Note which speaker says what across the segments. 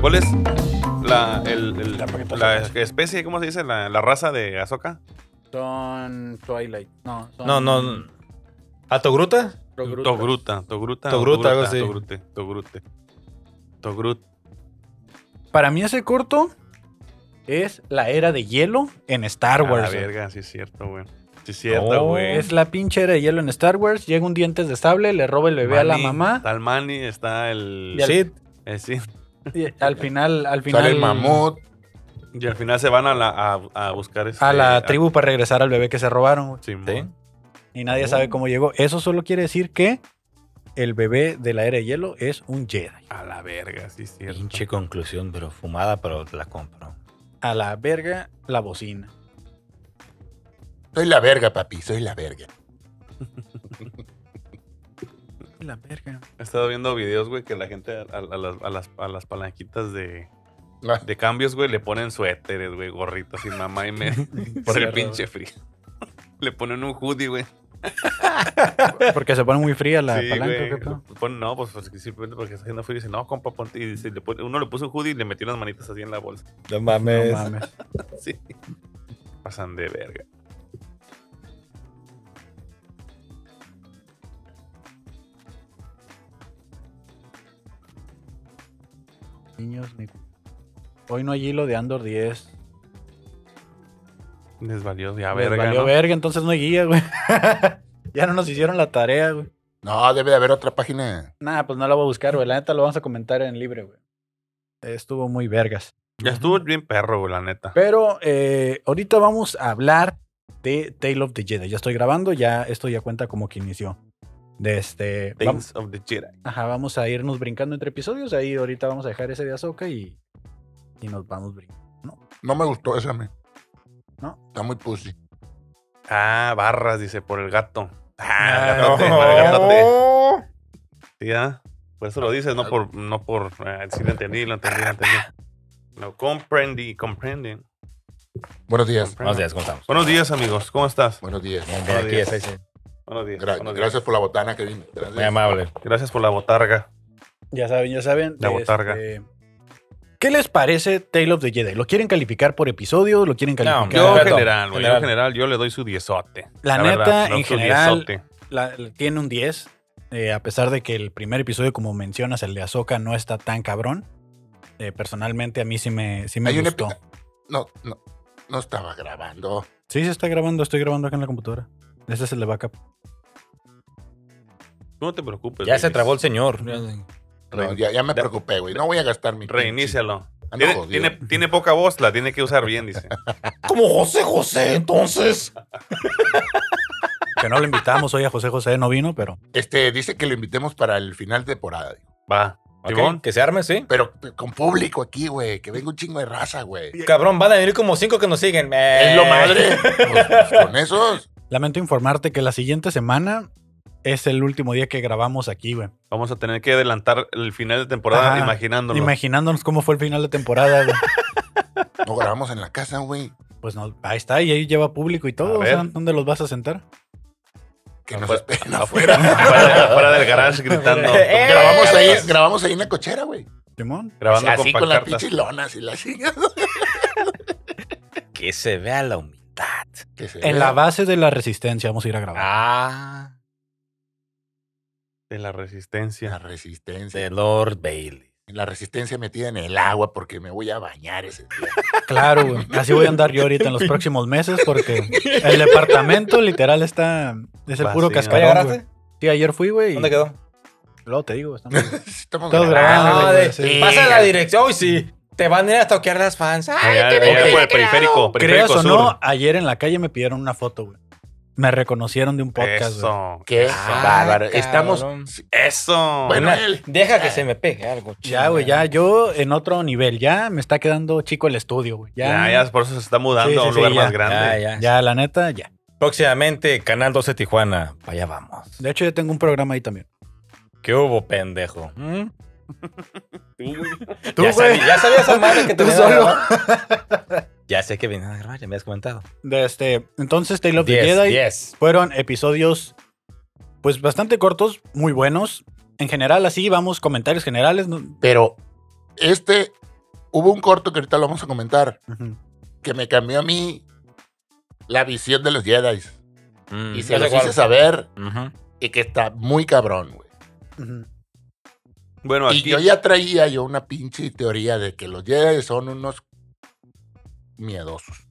Speaker 1: ¿Cuál es la, el- el-
Speaker 2: Ya, para que te
Speaker 1: la
Speaker 2: asomes.
Speaker 1: especie, cómo se dice? La, la raza de Azoka.
Speaker 3: Son Twilight. No, son
Speaker 2: No, no. ¿A Togruta?
Speaker 3: Togruta.
Speaker 1: Togruta, Togruta.
Speaker 2: Togruta, algo así.
Speaker 1: Togrute, Togrute. Togrut.
Speaker 3: Para mí ese corto es la era de hielo en Star
Speaker 1: A
Speaker 3: Wars.
Speaker 1: la
Speaker 3: güey.
Speaker 1: Ah, verga, sí es cierto, güey. Sí es cierto,
Speaker 2: No,
Speaker 1: güey.
Speaker 3: es la pinche era de hielo en Star Wars. Llega un dientes de sable, le roba el bebé a la
Speaker 1: Manny,
Speaker 3: mamá.
Speaker 1: Está el Manny, está el.
Speaker 3: Y al-
Speaker 2: Sí.
Speaker 1: eh, sí.
Speaker 3: Y al final, al final.
Speaker 4: Sale el mamut.
Speaker 1: Y al final se van a, la, a, a buscar. este,
Speaker 3: A la tribu para regresar al bebé que se robaron. güey.
Speaker 1: Simón.
Speaker 2: Sí.
Speaker 3: Y nadie sabe cómo llegó. Eso solo quiere decir que el bebé de la era de hielo es un Jedi.
Speaker 1: A la verga, sí es cierto.
Speaker 2: Pinche conclusión, pero fumada, pero la compro.
Speaker 3: A la verga, la bocina.
Speaker 4: Soy la verga, papi, soy la verga.
Speaker 3: La verga.
Speaker 1: He estado viendo videos, güey, que la gente a, a- a las, a, las, a las palanquitas de,
Speaker 4: Ah,
Speaker 1: de cambios, güey, le ponen suéteres, güey, gorritos y mamá y me. por el
Speaker 3: Cierto,
Speaker 1: pinche frío. Le ponen un hoodie, güey.
Speaker 3: Porque se pone muy fría la
Speaker 1: sí,
Speaker 3: palanca.
Speaker 1: güey.
Speaker 3: ¿qué pedo?
Speaker 1: Le ponen- no, pues, pues, simplemente porque está haciendo frío y dice, no, compa, ponte. Y dice, le pone- uno le puso un hoodie y le metió las manitas así en la bolsa.
Speaker 2: No
Speaker 3: No
Speaker 2: mames.
Speaker 3: mames.
Speaker 1: Sí. Pasan de verga.
Speaker 3: Niños, ni- Hoy no hay hilo de Andor 10.
Speaker 1: Les valió ya
Speaker 3: Les
Speaker 1: verga.
Speaker 3: valió
Speaker 1: ¿no?
Speaker 3: verga, entonces no hay guía, güey. ya no nos hicieron la tarea, güey.
Speaker 4: No, debe de haber otra página.
Speaker 3: Nada, pues no la voy a buscar, güey. La neta lo vamos a comentar en libre, güey. Estuvo muy vergas.
Speaker 1: Ya estuvo bien perro, güey, la neta.
Speaker 3: Pero eh, ahorita vamos a hablar de Tale of the Jedi. Ya estoy grabando, ya esto ya cuenta como que inició. De este, vam-
Speaker 1: Things of the Jedi.
Speaker 3: ajá, vamos a irnos brincando entre episodios. Ahí ahorita vamos a dejar ese de Ahsoka y, y nos vamos brincando.
Speaker 4: No me gustó esa, me.
Speaker 3: ¿No?
Speaker 4: Está muy pussy.
Speaker 1: Ah, barras, dice, por el gato. Ah, el
Speaker 3: Ah,
Speaker 1: gatote,
Speaker 2: no.
Speaker 1: el gatote. Sí, ¿ah? Por eso lo dices, no por. No por eh, sí, lo entendí, lo entendí, lo entendí. No, comprendí, comprendí.
Speaker 4: Buenos días.
Speaker 2: Buenos días, ¿cómo estamos?
Speaker 1: Buenos días, amigos. ¿Cómo estás?
Speaker 4: Buenos días.
Speaker 2: Bien, bien,
Speaker 1: Buenos
Speaker 2: aquí
Speaker 1: días.
Speaker 2: es ese.
Speaker 1: Buenos días.
Speaker 4: Gra-
Speaker 1: buenos días.
Speaker 4: gracias por la botana, Kevin. Gracias.
Speaker 2: Muy amable.
Speaker 1: Gracias por la botarga.
Speaker 3: Ya saben, ya saben.
Speaker 1: La botarga.
Speaker 3: este, ¿Qué les parece Tale of the Jedi? ¿Lo quieren calificar por episodio? ¿Lo quieren calificar?
Speaker 1: Yo
Speaker 2: Respeto,
Speaker 1: general, güey. Yo
Speaker 2: general.
Speaker 1: general, yo le doy su diezote.
Speaker 3: La neta,
Speaker 1: verdad, le doy
Speaker 3: en
Speaker 1: su
Speaker 3: general,
Speaker 1: diezote.
Speaker 3: la- la- tiene un 10. eh, a pesar de que el primer episodio, como mencionas, el de Ahsoka, no está tan cabrón. Eh, personalmente, a mí sí me, sí me
Speaker 4: Hay un
Speaker 3: gustó.
Speaker 4: epi- No, no, no estaba grabando.
Speaker 3: Sí, se está grabando. Estoy grabando acá en la computadora. Ese es el de backup.
Speaker 1: Tú no te preocupes.
Speaker 2: Ya
Speaker 1: güey,
Speaker 2: se trabó el
Speaker 1: dices,
Speaker 2: señor.
Speaker 4: No, ya, ya me
Speaker 1: Da-
Speaker 4: preocupé, güey. No voy a gastar mi.
Speaker 1: Reinícialo.
Speaker 4: Ando
Speaker 1: Tiene,
Speaker 4: jodido.
Speaker 1: tiene, tiene poca voz, la tiene que usar bien, dice.
Speaker 2: Como José José, entonces.
Speaker 3: Que no lo invitamos hoy a José José, no vino, pero
Speaker 4: Este dice que lo invitemos para el final de temporada. digo.
Speaker 1: Va. Simón.
Speaker 2: Que se arme, sí.
Speaker 4: Pero con público aquí, güey. Que venga un chingo de raza, güey.
Speaker 2: Cabrón, van a venir como cinco que nos siguen. Eh.
Speaker 4: Es lo madre. Pues, pues, con esos.
Speaker 3: lamento informarte que la siguiente semana es el último día que grabamos aquí, güey.
Speaker 1: Vamos a tener que adelantar el final de temporada
Speaker 3: Ajá.
Speaker 1: imaginándolo.
Speaker 3: Imaginándonos cómo fue el final de temporada, güey.
Speaker 4: No grabamos en la casa, güey.
Speaker 3: Pues no, ahí está, y ahí lleva público y todo.
Speaker 1: A
Speaker 3: O sea,
Speaker 1: ver.
Speaker 3: ¿dónde los vas a sentar?
Speaker 4: Que
Speaker 1: Afuera-
Speaker 4: nos esperen
Speaker 1: Fuera,
Speaker 4: afuera.
Speaker 1: fuera del garage gritando.
Speaker 2: Eh.
Speaker 4: grabamos, ahí, grabamos ahí en la cochera, güey.
Speaker 3: Simón.
Speaker 1: Grabando
Speaker 4: Así con las
Speaker 1: pancartas.
Speaker 4: pinches lonas y las chingada.
Speaker 2: Que se vea la humildad.
Speaker 4: Que se
Speaker 3: En
Speaker 4: vea.
Speaker 3: la base de la resistencia vamos a ir a grabar.
Speaker 2: Ah,
Speaker 1: De la
Speaker 4: La
Speaker 1: resistencia.
Speaker 4: resistencia.
Speaker 2: de Lord Bailey.
Speaker 4: La resistencia metida en el agua porque me voy a bañar ese día.
Speaker 3: Claro, güey. Así voy a andar yo ahorita en los próximos meses porque el departamento literal está. Es el
Speaker 1: Vacío.
Speaker 3: puro
Speaker 1: ¿Ya
Speaker 3: cascarón. güey. Sí, ayer fui, güey. y
Speaker 2: ¿Dónde quedó?
Speaker 3: Luego te digo, estamos.
Speaker 4: Estamos
Speaker 3: Todos
Speaker 4: grabando.
Speaker 3: grabando,
Speaker 2: Ah,
Speaker 3: güey,
Speaker 2: de-
Speaker 3: sí.
Speaker 2: Pasa la dirección. Uy, sí. Te van a ir a toquear las fans. Ah, Ay,
Speaker 1: Allá-
Speaker 2: te
Speaker 1: allá
Speaker 2: vi
Speaker 1: por el
Speaker 2: que quedado.
Speaker 1: periférico,
Speaker 3: Creas
Speaker 1: periférico
Speaker 3: o
Speaker 1: sur.
Speaker 3: no, ayer en la calle me pidieron una foto, güey. Me reconocieron de un podcast, güey.
Speaker 1: Eso.
Speaker 4: Qué
Speaker 2: Ah,
Speaker 4: bárbaro.
Speaker 2: cabrón.
Speaker 4: Estamos.
Speaker 1: Eso.
Speaker 4: Bueno,
Speaker 2: Una-
Speaker 4: él.
Speaker 2: Deja que se me pegue algo.
Speaker 3: Ya, güey, ya, yo en otro nivel, ya me está quedando chico el estudio, güey.
Speaker 1: ya,
Speaker 3: Ya,
Speaker 1: ya, por eso se está mudando
Speaker 3: Sí,
Speaker 1: a
Speaker 3: sí,
Speaker 1: un
Speaker 3: sí,
Speaker 1: lugar
Speaker 3: ya.
Speaker 1: más grande.
Speaker 2: Ya, ya.
Speaker 3: ya, la neta, ya.
Speaker 2: Próximamente, Canal 12 Tijuana. Para allá vamos.
Speaker 3: De hecho, yo tengo un programa ahí también.
Speaker 2: ¿Qué hubo, pendejo? ¿Mm?
Speaker 1: Tú, güey.
Speaker 4: Tú, güey.
Speaker 2: ya, sabía, ya sabía esa madre que te
Speaker 4: Tú
Speaker 2: venía a
Speaker 4: solo.
Speaker 2: grabar. Ya sé que venía a grabar, ya me has comentado.
Speaker 3: De este, entonces, Tale of the
Speaker 2: 10,
Speaker 3: Jedi
Speaker 2: 10.
Speaker 3: fueron episodios, pues bastante cortos, muy buenos. En general, así vamos, comentarios generales. ¿no?
Speaker 4: Pero este, hubo un corto que ahorita lo vamos a comentar,
Speaker 3: Ujú.
Speaker 4: que me cambió a mí la visión de los Jedi.
Speaker 2: Mm,
Speaker 4: Y
Speaker 2: ya
Speaker 4: se
Speaker 2: sé
Speaker 4: los
Speaker 2: cuál.
Speaker 4: hice saber
Speaker 2: Ujú.
Speaker 4: y que está muy cabrón, güey.
Speaker 3: Ujú.
Speaker 1: Bueno,
Speaker 4: Y
Speaker 1: aquí.
Speaker 4: yo ya traía yo una pinche teoría de que los Jedi son unos miedosos,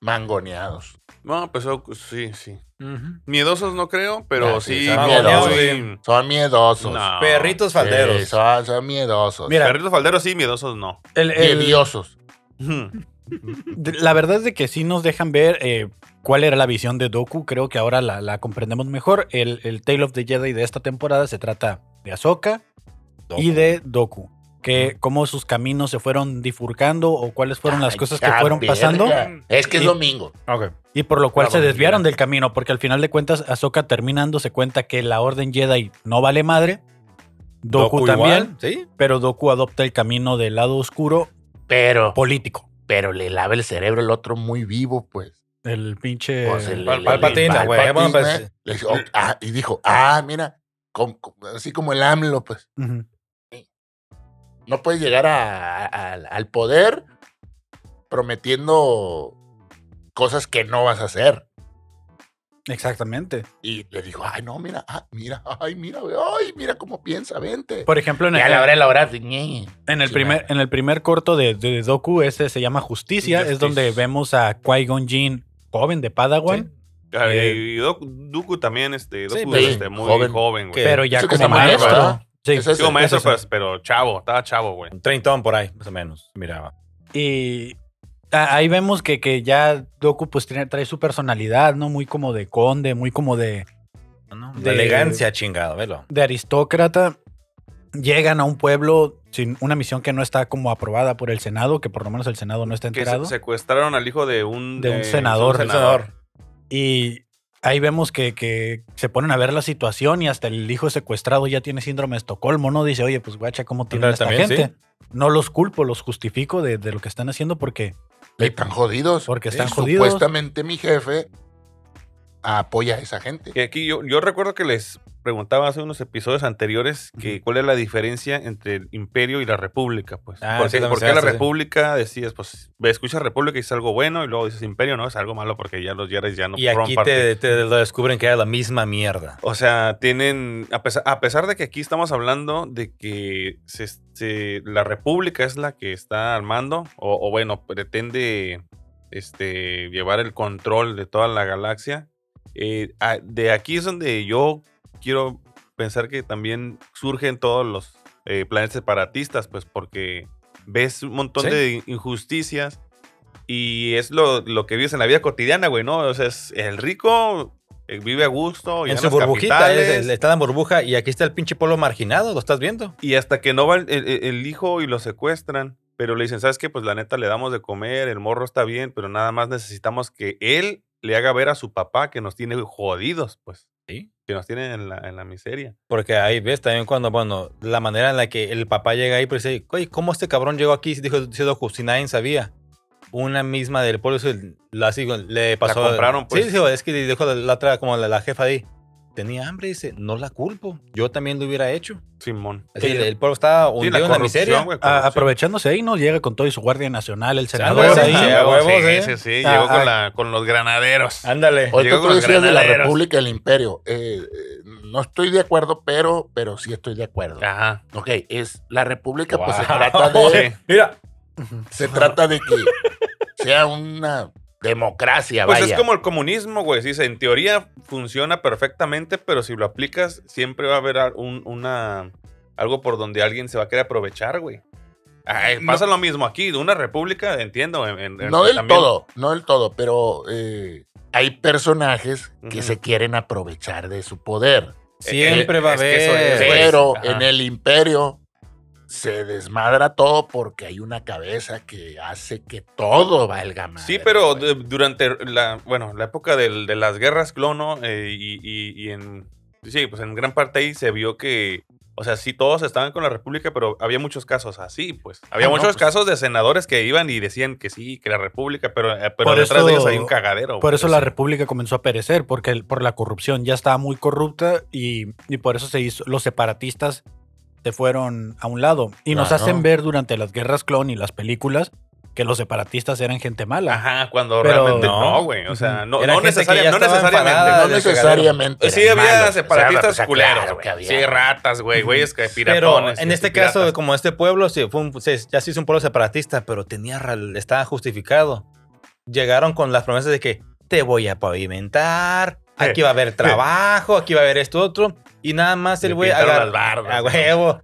Speaker 4: mangoneados.
Speaker 1: No, pues oh, sí, sí.
Speaker 2: Ujú.
Speaker 1: Miedosos no creo, pero
Speaker 4: Ah, sí,
Speaker 1: sí.
Speaker 4: son
Speaker 1: miedosos,
Speaker 2: miedosos.
Speaker 4: Son miedosos.
Speaker 1: No.
Speaker 2: Perritos
Speaker 4: Sí,
Speaker 2: falderos.
Speaker 4: son, son miedosos.
Speaker 3: Mira,
Speaker 1: Perritos falderos sí, miedosos no.
Speaker 3: el-
Speaker 4: Y
Speaker 3: el-
Speaker 4: hediosos.
Speaker 3: de- la verdad es de que sí nos dejan ver eh, cuál era la visión de Doku. Creo que ahora la, la comprendemos mejor. El, el Tale of the Jedi de esta temporada se trata de Ahsoka y de Doku. Que cómo sus caminos se fueron difurcando o cuáles fueron las
Speaker 4: Ay,
Speaker 3: cosas que
Speaker 4: ya,
Speaker 3: fueron
Speaker 4: verga.
Speaker 3: pasando.
Speaker 4: Es que es
Speaker 3: Y-
Speaker 4: domingo.
Speaker 3: Y por lo cual
Speaker 4: La
Speaker 3: se
Speaker 4: bandera.
Speaker 3: desviaron del camino, porque al final de cuentas, Ahsoka terminando se cuenta que la Orden Jedi no vale madre. Doku, también,
Speaker 2: igual, Sí.
Speaker 3: pero Doku adopta el camino del lado oscuro
Speaker 4: Pero,
Speaker 3: político.
Speaker 4: pero le lava el cerebro el otro muy vivo, pues.
Speaker 3: El pinche.
Speaker 4: Pues el-
Speaker 1: Pal-
Speaker 4: el-
Speaker 2: Palpatine,
Speaker 4: el
Speaker 2: güey, bueno, pues-
Speaker 4: Palpatine, le dijo, oh, ah, y dijo, ah, mira, com- com- así como el AMLO, pues.
Speaker 3: Ujú.
Speaker 4: No puedes llegar a- a- al- al poder prometiendo cosas que no vas a hacer.
Speaker 3: Exactamente.
Speaker 4: Y le dijo, ay, no, mira, ah, mira, ay, mira, güey, ay, mira cómo piensa, vente.
Speaker 3: Por ejemplo, eh, en
Speaker 4: Y a la
Speaker 3: el,
Speaker 4: hora de la hora, ñe.
Speaker 3: en el primer, en el primer corto de, de, Doku, este se llama Justicia, es
Speaker 1: Justice.
Speaker 3: donde vemos a Qui-Gon Jinn, joven de Padawan,
Speaker 1: Ah,
Speaker 3: Eh,
Speaker 1: y Doku, Dooku también, este, Dooku
Speaker 2: Sí,
Speaker 1: es,
Speaker 4: pero-
Speaker 1: este, muy
Speaker 4: joven.
Speaker 1: joven, güey.
Speaker 3: pero ya
Speaker 4: Eso que
Speaker 3: como
Speaker 4: está maestro,
Speaker 3: maestro.
Speaker 4: ¿verdad?
Speaker 3: Sí.
Speaker 4: Ese es
Speaker 1: Digo,
Speaker 4: el-
Speaker 1: maestro,
Speaker 3: ese es-
Speaker 1: pues, pero chavo, estaba chavo, güey.
Speaker 2: Un treintón por ahí, más o menos. Miraba.
Speaker 3: Y a- ahí vemos que, que ya Doku pues tiene- trae su personalidad, ¿no? Muy como de conde, muy como de,
Speaker 4: Ah,
Speaker 2: de elegancia, chingado, velo.
Speaker 3: de aristócrata. Llegan a un pueblo sin una misión que no está como aprobada por el Senado, que por lo menos el Senado no está
Speaker 1: Que
Speaker 3: enterado.
Speaker 1: se- secuestraron al hijo de eh, un...
Speaker 3: De un senador. Y ahí vemos que, que se ponen a ver la situación y hasta el hijo secuestrado ya tiene síndrome de Estocolmo, ¿no? Dice, oye, pues guacha, ¿cómo tienen
Speaker 2: Ándale,
Speaker 3: esta
Speaker 2: también,
Speaker 3: gente? No los culpo, los justifico de, de lo que están haciendo porque...
Speaker 4: Están jodidos.
Speaker 3: Porque
Speaker 4: Sí,
Speaker 3: están jodidos.
Speaker 4: Supuestamente mi jefe apoya a esa gente.
Speaker 1: Que aquí yo, yo recuerdo que les preguntaba hace unos episodios anteriores que cuál es la diferencia entre el imperio y la república, pues.
Speaker 2: Ah,
Speaker 1: ¿Por
Speaker 2: sí,
Speaker 1: qué,
Speaker 2: también
Speaker 1: por
Speaker 2: se
Speaker 1: qué la
Speaker 2: hace, sí.
Speaker 1: república decías, pues, escuchas república y es algo bueno y luego dices imperio, no, es algo malo porque ya los Jedi ya no
Speaker 2: Y
Speaker 1: forman
Speaker 2: aquí
Speaker 1: parte.
Speaker 2: te, te lo descubren que era la misma mierda.
Speaker 1: O sea, tienen, a pesar, a pesar de que aquí estamos hablando de que se- se- la República es la que está armando, o, o bueno, pretende este, llevar el control de toda la galaxia, eh, a- de aquí es donde yo quiero pensar que también surgen todos los eh, planes separatistas, pues porque ves un montón
Speaker 2: Sí.
Speaker 1: de injusticias y es lo, lo que vives en la vida cotidiana, güey, ¿no? O sea, es el rico eh, vive a gusto y
Speaker 2: en su burbujita es- es- está la burbuja y aquí está el pinche pueblo marginado, ¿lo estás viendo?
Speaker 1: y hasta que no va el, el- el hijo y lo secuestran. Pero le dicen, ¿sabes qué? Pues la neta le damos de comer, el morro está bien, pero nada más necesitamos que él le haga ver a su papá que nos tiene jodidos, pues.
Speaker 2: Sí.
Speaker 1: Que nos tiene en la, en la miseria.
Speaker 2: Porque ahí ves también cuando, bueno, la manera en la que el papá llega ahí, pues dice, oye, ¿cómo este cabrón llegó aquí? Dijo, dice Doku, si nadie sabía. Una misma del pueblo, se- la, así, le pasó.
Speaker 1: compraron, pues.
Speaker 2: Sí, sí, es que le dijo la, la otra, como la, la jefa ahí, tenía hambre, dice, no la culpo, yo también lo hubiera hecho.
Speaker 1: Simón.
Speaker 2: Así,
Speaker 3: Sí.
Speaker 2: el, el pueblo estaba
Speaker 1: Sí,
Speaker 2: hundido en la
Speaker 1: corrupción,
Speaker 2: miseria.
Speaker 1: güey,
Speaker 3: a-
Speaker 1: corrupción.
Speaker 3: Ah, aprovechándose ahí, ¿no? Llega con todo y su Guardia Nacional, el senador
Speaker 2: huevo,
Speaker 3: ahí.
Speaker 2: sí, a ¿eh? huevo, sí.
Speaker 1: sí, sí,
Speaker 3: ¿eh? Ah,
Speaker 1: llegó
Speaker 3: ah.
Speaker 1: con, la, con los granaderos.
Speaker 2: Ándale.
Speaker 4: Ahorita
Speaker 1: Llegó
Speaker 4: tú
Speaker 1: con los
Speaker 4: decías de la
Speaker 1: granaderos.
Speaker 4: República y el Imperio. Eh, eh, no estoy de acuerdo, pero, pero sí estoy de acuerdo.
Speaker 1: Ajá.
Speaker 4: Ok, es la República, pues se
Speaker 2: Wow.
Speaker 4: trata de,
Speaker 1: Sí.
Speaker 2: Mira,
Speaker 4: se trata de que sea una democracia,
Speaker 1: Pues
Speaker 4: vaya.
Speaker 1: es como el comunismo, güey. Dice, en teoría funciona perfectamente, pero si lo aplicas, siempre va a haber al- un- una, algo por donde alguien se va a querer aprovechar, güey. Ay, pasa lo mismo aquí, de una república, entiendo. en- en- en-
Speaker 4: No
Speaker 1: eh, pues,
Speaker 4: del
Speaker 1: también-
Speaker 4: todo, no del todo, pero eh, hay personajes que
Speaker 1: Ujú.
Speaker 4: se quieren aprovechar de su poder.
Speaker 2: siempre
Speaker 1: eh,
Speaker 2: va a
Speaker 1: es que eso es,
Speaker 2: haber.
Speaker 1: güey.
Speaker 4: Pero
Speaker 2: Ajá.
Speaker 4: en el imperio se desmadra todo porque hay una cabeza que hace que todo valga pues. más.
Speaker 1: Sí, pero de- durante la, bueno, la época del- de las guerras clono eh, y, y- y en... Sí, pues en gran parte ahí se vio que O sea, sí, todos estaban con la República, pero había muchos casos así, pues. Había
Speaker 4: Ah, no,
Speaker 1: muchos
Speaker 4: pues.
Speaker 1: casos de senadores que iban y decían que sí, que la República, pero, eh, pero
Speaker 3: Por
Speaker 1: detrás de
Speaker 3: eso-
Speaker 1: ellos hay un cagadero.
Speaker 3: Por
Speaker 1: güey,
Speaker 3: eso la
Speaker 1: así.
Speaker 3: República comenzó a perecer, porque el- por la corrupción ya estaba muy corrupta y, y por eso se hizo, los separatistas se fueron a un lado. Y nos
Speaker 4: Claro.
Speaker 3: hacen ver durante las guerras clon y las películas que los separatistas eran gente mala.
Speaker 1: Ajá, cuando
Speaker 3: Pero-
Speaker 1: realmente no,
Speaker 2: No.
Speaker 1: güey. O sea,
Speaker 3: Ujú.
Speaker 1: no,
Speaker 2: Era
Speaker 1: no,
Speaker 2: gente que
Speaker 1: necesaria-
Speaker 2: ya
Speaker 1: no
Speaker 2: estaba
Speaker 1: necesariamente.
Speaker 2: enfadada
Speaker 1: no
Speaker 4: No
Speaker 2: de
Speaker 4: Ah, necesariamente.
Speaker 1: Sí,
Speaker 4: eran
Speaker 1: había
Speaker 4: malos, o sea,
Speaker 1: separatistas
Speaker 4: pues,
Speaker 1: culeros.
Speaker 4: claro
Speaker 1: güey.
Speaker 4: que había.
Speaker 1: sí, ratas, güey, güeyes que
Speaker 2: Pero
Speaker 1: piratones.
Speaker 2: en este
Speaker 1: piratas.
Speaker 2: caso, como este pueblo se fue un- se- ya se hizo un pueblo separatista, pero tenía ra- estaba justificado. Llegaron con las promesas de que te voy a pavimentar, aquí va a haber trabajo, aquí va a haber esto otro, y nada más el
Speaker 1: Le
Speaker 2: Ah, güey
Speaker 1: pintaron
Speaker 2: agar-
Speaker 1: las bardas,
Speaker 2: a
Speaker 1: ¿no?
Speaker 2: huevo,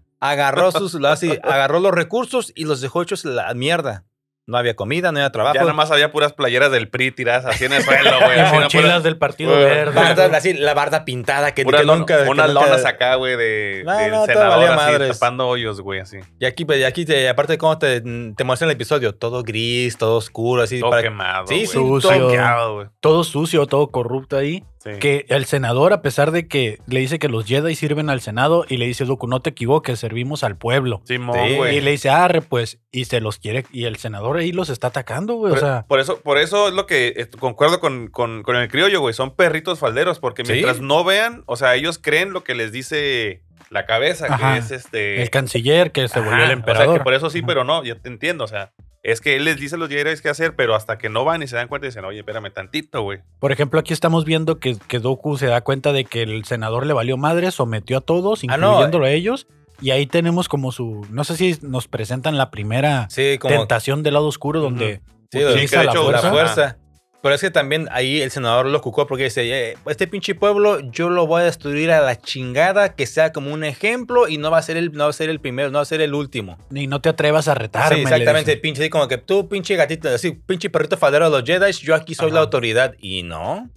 Speaker 2: agarró sus así, agarró los recursos y los dejó hechos la mierda. No había comida, no había trabajo.
Speaker 1: Ya nada más había puras playeras del PRI tiradas así en el suelo, güey.
Speaker 3: Y
Speaker 1: así, no,
Speaker 3: mochilas
Speaker 1: puras-
Speaker 3: del Partido
Speaker 1: Bueno.
Speaker 3: Verde.
Speaker 2: Barda- así, la barda pintada que,
Speaker 1: puras
Speaker 2: que
Speaker 1: lon-
Speaker 2: nunca. que
Speaker 1: unas
Speaker 2: nunca-
Speaker 1: lonas acá, güey, de,
Speaker 2: No,
Speaker 1: del
Speaker 2: no, todo
Speaker 1: senador
Speaker 2: valía
Speaker 1: así,
Speaker 2: madres.
Speaker 1: tapando hoyos, güey, así.
Speaker 2: Y aquí, pues, y aquí te- aparte, ¿cómo te, te muestran el episodio? Todo gris, todo oscuro, así.
Speaker 1: Todo
Speaker 2: para-
Speaker 1: quemado,
Speaker 2: Sí,
Speaker 1: güey.
Speaker 2: sí,
Speaker 1: Todo
Speaker 3: sucio.
Speaker 1: quemado, güey.
Speaker 3: Todo sucio, todo corrupto ahí.
Speaker 1: Sí.
Speaker 3: Que el senador, a pesar de que le dice que los Jedi sirven al Senado y le dice, Doku, no te equivoques, servimos al pueblo.
Speaker 1: Simón, güey.
Speaker 3: Y le dice, arre, pues, y se los quiere, y el senador ahí los está atacando, güey. O
Speaker 1: Por,
Speaker 3: sea,
Speaker 1: por eso, por eso es lo que eh, concuerdo con, con- con el criollo, güey. Son perritos falderos, porque
Speaker 2: Sí.
Speaker 1: mientras no vean, o sea, ellos creen lo que les dice la cabeza,
Speaker 3: Ajá.
Speaker 1: que es este.
Speaker 3: el canciller que se volvió
Speaker 1: Ajá,
Speaker 3: el
Speaker 1: O sea,
Speaker 3: emperador.
Speaker 1: que por e eso sí,
Speaker 3: Ajá.
Speaker 1: pero no, yo te entiendo, o sea. Es que él les dice a los diarios qué hacer, pero hasta que no van y se dan cuenta y dicen, oye, espérame tantito, güey.
Speaker 3: Por ejemplo, aquí estamos viendo que, que Doku se da cuenta de que el senador le valió madre, sometió a todos,
Speaker 2: Ah, no,
Speaker 3: incluyéndolo a ellos. Y ahí tenemos como su. No sé si nos presentan la primera
Speaker 2: Sí, como
Speaker 3: tentación del lado oscuro, donde
Speaker 2: Sí,
Speaker 1: que
Speaker 3: utiliza
Speaker 1: de
Speaker 3: la
Speaker 1: hecho,
Speaker 2: la
Speaker 3: fuerza.
Speaker 2: fuerza.
Speaker 1: Ajá.
Speaker 2: Pero es que también ahí el senador lo cucó porque dice, "Eh, este pinche pueblo yo lo voy a destruir a la chingada, que sea como un ejemplo y no va a ser el, no va a ser el primero, no va a ser el último.
Speaker 3: Y no te atrevas a retarme.
Speaker 2: Sí,
Speaker 3: le
Speaker 2: exactamente,
Speaker 3: dice.
Speaker 2: pinche, así como que tú pinche gatito, así, pinche perrito fadero de los Jedi, yo aquí soy
Speaker 1: Ajá.
Speaker 2: la autoridad. Y no,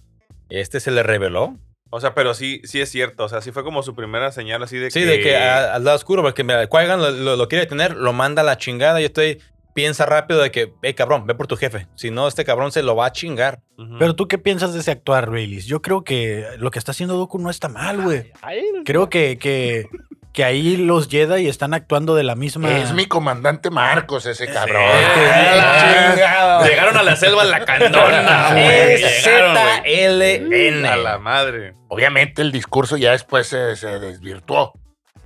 Speaker 2: este se le reveló.
Speaker 1: O sea, pero sí, sí es cierto. O sea, sí fue como su primera señal así de
Speaker 2: Sí,
Speaker 1: que.
Speaker 2: de que ah, a- al lado oscuro, porque mira, Qui-Gon lo, lo- lo quiere detener, lo manda a la chingada. Yo estoy, piensa rápido de que, hey cabrón, ve por tu jefe. Si no, este cabrón se lo va a chingar.
Speaker 1: Ujú.
Speaker 3: Pero tú qué piensas de ese actuar, Raylis? Yo creo que lo que está haciendo Doku no está mal, güey. Creo que, que, que ahí los Jedi están actuando de la misma.
Speaker 4: Ah. Es mi comandante Marcos, ese cabrón.
Speaker 2: Ah, chingado.
Speaker 1: Llegaron a la selva en la candona, güey. Llegaron, güey. A la
Speaker 2: ZLN.
Speaker 1: madre.
Speaker 4: Obviamente el discurso ya después se, se desvirtuó.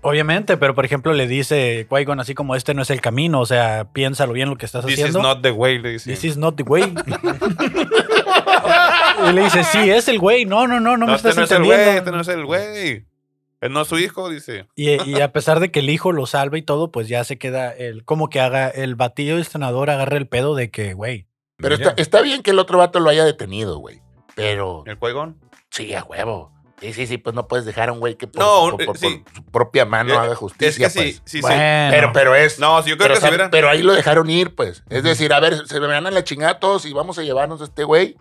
Speaker 3: Obviamente, pero por ejemplo le dice Qui-Gon así como este no es el camino, o sea, piénsalo bien lo que estás
Speaker 1: This is
Speaker 3: haciendo.
Speaker 1: not the way, le dicen.
Speaker 3: This is not the way. y le dice, sí, es el güey. No, no, no, no, me
Speaker 1: este
Speaker 3: estás
Speaker 1: no es el güey,
Speaker 3: entendiendo.
Speaker 1: este no es el güey. Él no es su hijo, dice.
Speaker 3: Y, y a pesar de que el hijo lo salva y todo, pues ya se queda el, como que haga el batido del senador agarra el pedo de que, güey,
Speaker 4: Pero
Speaker 2: Mira.
Speaker 4: está, está bien que el otro vato lo haya detenido, güey. Pero
Speaker 1: ¿El cuegón?
Speaker 4: sí, a huevo. Sí, sí, sí, pues no puedes dejar a un güey que por,
Speaker 1: No,
Speaker 4: por-
Speaker 1: eh,
Speaker 4: por-
Speaker 1: sí.
Speaker 4: por su propia mano
Speaker 1: Eh,
Speaker 4: haga justicia.
Speaker 1: es que sí,
Speaker 4: pues.
Speaker 1: sí, sí.
Speaker 3: bueno.
Speaker 4: Pero, pero es.
Speaker 1: No, sí, yo creo
Speaker 4: pero,
Speaker 1: que se
Speaker 4: sabe-
Speaker 1: hubiera.
Speaker 4: pero ahí lo dejaron ir, pues. Es decir, a ver, se me van a la chingada todos y vamos a llevarnos a este güey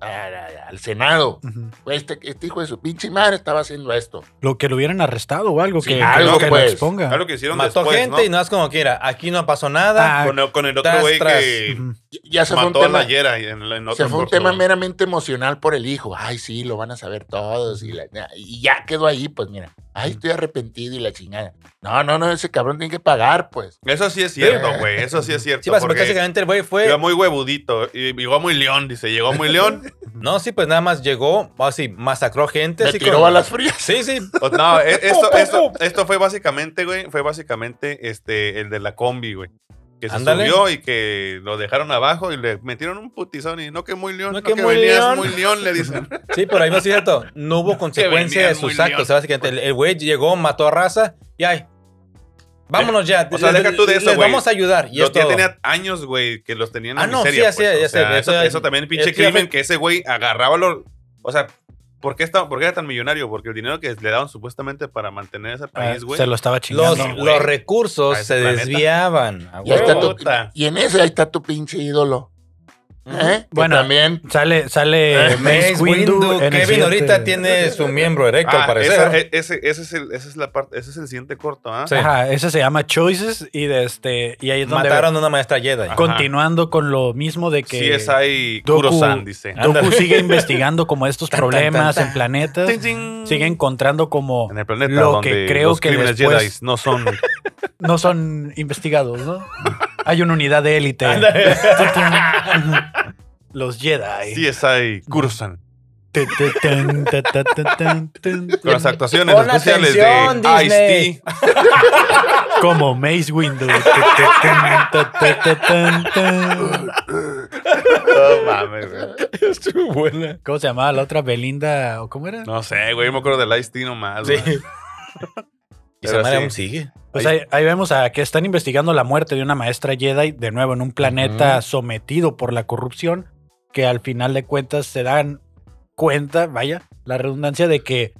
Speaker 4: a- a- al Senado.
Speaker 3: Ujú.
Speaker 4: Güey, Este, este hijo de su pinche madre estaba haciendo esto.
Speaker 3: lo que lo hubieran arrestado o algo
Speaker 4: Sí,
Speaker 3: que, que-
Speaker 4: algo,
Speaker 3: que lo
Speaker 4: pues.
Speaker 3: exponga.
Speaker 1: Claro que hicieron
Speaker 2: Mató
Speaker 1: después,
Speaker 2: gente
Speaker 1: ¿no?
Speaker 2: y no es como quiera. Aquí no pasó nada.
Speaker 3: Ah,
Speaker 1: Con el, con el otro
Speaker 2: Tras,
Speaker 1: güey
Speaker 2: tras.
Speaker 1: que
Speaker 3: Ujú.
Speaker 4: Ya se fue un
Speaker 1: mató a
Speaker 4: tema.
Speaker 1: la Yera en, en
Speaker 4: Se
Speaker 1: otro
Speaker 4: fue un
Speaker 1: corto.
Speaker 4: tema meramente emocional por el hijo. Ay, sí, lo van a saber todos. Y, la- y ya quedó ahí, pues mira. Ay, estoy arrepentido y la chingada. No, no, no, ese cabrón tiene que pagar, pues.
Speaker 1: Eso sí es cierto, güey. Eso sí es cierto.
Speaker 2: Sí, pues,
Speaker 1: porque
Speaker 2: básicamente el güey fue.
Speaker 1: Llegó muy huevudito. Y llegó muy león, dice. Llegó muy león.
Speaker 2: No, sí, pues nada más llegó, así, masacró gente.
Speaker 4: Le
Speaker 2: así
Speaker 4: tiró
Speaker 2: Este con-
Speaker 4: balas frías.
Speaker 2: Sí, sí.
Speaker 1: O- No, e- esto, esto, esto fue básicamente, güey, fue básicamente este, el de la combi, güey. Que se
Speaker 2: Ándale.
Speaker 1: subió y que lo dejaron abajo y le metieron un putizón y no que muy león, no,
Speaker 2: No
Speaker 1: que,
Speaker 2: que muy
Speaker 1: venías
Speaker 2: león".
Speaker 1: muy león, le dicen.
Speaker 2: Sí, pero ahí no es cierto. No hubo consecuencia
Speaker 1: venía
Speaker 2: de
Speaker 1: muy
Speaker 2: sus actos.
Speaker 1: león.
Speaker 2: o sea, básicamente, el- el güey llegó, mató a raza y ay. Vámonos ya.
Speaker 1: O sea,
Speaker 2: Les-
Speaker 1: deja tú de eso,
Speaker 2: Les
Speaker 1: güey.
Speaker 2: vamos a ayudar. Y
Speaker 1: Yo
Speaker 2: es todo.
Speaker 1: tenía años, güey, que los tenían en
Speaker 2: Ah,
Speaker 1: la
Speaker 2: no,
Speaker 1: miseria.
Speaker 2: sí,
Speaker 1: pues.
Speaker 2: sí,
Speaker 1: O
Speaker 2: ya
Speaker 1: sea,
Speaker 2: sé,
Speaker 1: eso,
Speaker 2: eso-
Speaker 1: eso también, pinche
Speaker 2: es que
Speaker 1: crimen,
Speaker 2: fue-
Speaker 1: que ese güey agarraba los. O sea, ¿por qué, esta- por qué era tan millonario? Porque el dinero que le daban supuestamente para mantener ese
Speaker 3: Ah,
Speaker 1: país, güey.
Speaker 3: se lo estaba
Speaker 2: Los,
Speaker 3: chingando.
Speaker 1: No, güey.
Speaker 2: los
Speaker 1: A
Speaker 2: recursos
Speaker 1: ese
Speaker 2: se
Speaker 1: planeta.
Speaker 2: desviaban. a
Speaker 4: Ya está
Speaker 2: huevo.
Speaker 4: tu- y en ese ahí está tu pinche ídolo. ¿eh? Que
Speaker 3: Bueno,
Speaker 4: también.
Speaker 3: Sale, sale
Speaker 4: Eh,
Speaker 2: Mace Windu,
Speaker 3: en el
Speaker 2: Kevin
Speaker 3: siguiente-
Speaker 2: ahorita tiene su miembro erecto,
Speaker 1: Ah,
Speaker 2: al parecer.
Speaker 1: esa- e- ese, ese es el, esa es la parte, ese es el siguiente corto, ¿ah?
Speaker 2: Sí.
Speaker 3: Ajá, ese se llama Choices y de este y ahí es donde
Speaker 2: Mataron a una maestra Jedi.
Speaker 1: Ajá.
Speaker 3: continuando con lo mismo de que Ah,
Speaker 1: Sí, es ahí
Speaker 3: Doku-
Speaker 1: Kuro-san, dice.
Speaker 3: Doku
Speaker 2: Ándale.
Speaker 3: sigue investigando como estos
Speaker 2: Tan, tan, tan,
Speaker 3: problemas
Speaker 2: tan.
Speaker 3: en planetas,
Speaker 1: Ting, ting.
Speaker 3: sigue encontrando como
Speaker 1: en el planeta
Speaker 3: lo
Speaker 1: donde
Speaker 3: que creo
Speaker 1: los
Speaker 3: que
Speaker 1: crímenes
Speaker 3: después-
Speaker 1: Jedi no son
Speaker 3: no son investigados, ¿no? Hay una unidad de élite.
Speaker 2: Ándale.
Speaker 3: Los Jedi.
Speaker 1: CSI Kuro-san.
Speaker 3: Te, te, ten, te, te, te, ten, ten, ten.
Speaker 1: Con las actuaciones
Speaker 2: Pon
Speaker 1: especiales
Speaker 2: atención,
Speaker 1: de
Speaker 2: Disney.
Speaker 1: Ice-T.
Speaker 3: Como Mace Windu. Te, te, ten, te, te, te, ten, ten.
Speaker 1: No mames, güey.
Speaker 2: Estuvo buena.
Speaker 3: ¿Cómo se llamaba la otra? Belinda o cómo era?
Speaker 1: No sé, güey, yo me acuerdo del Ice-T nomás,
Speaker 2: Sí.
Speaker 1: güey.
Speaker 2: Y
Speaker 1: Pero
Speaker 2: Samara
Speaker 1: sí.
Speaker 2: aún sigue.
Speaker 3: Pues ahí, ahí vemos a que están investigando la muerte de una maestra Jedi, de nuevo en un planeta
Speaker 4: Ujú.
Speaker 3: sometido por la corrupción, que al final de cuentas se dan cuenta, vaya, la redundancia de que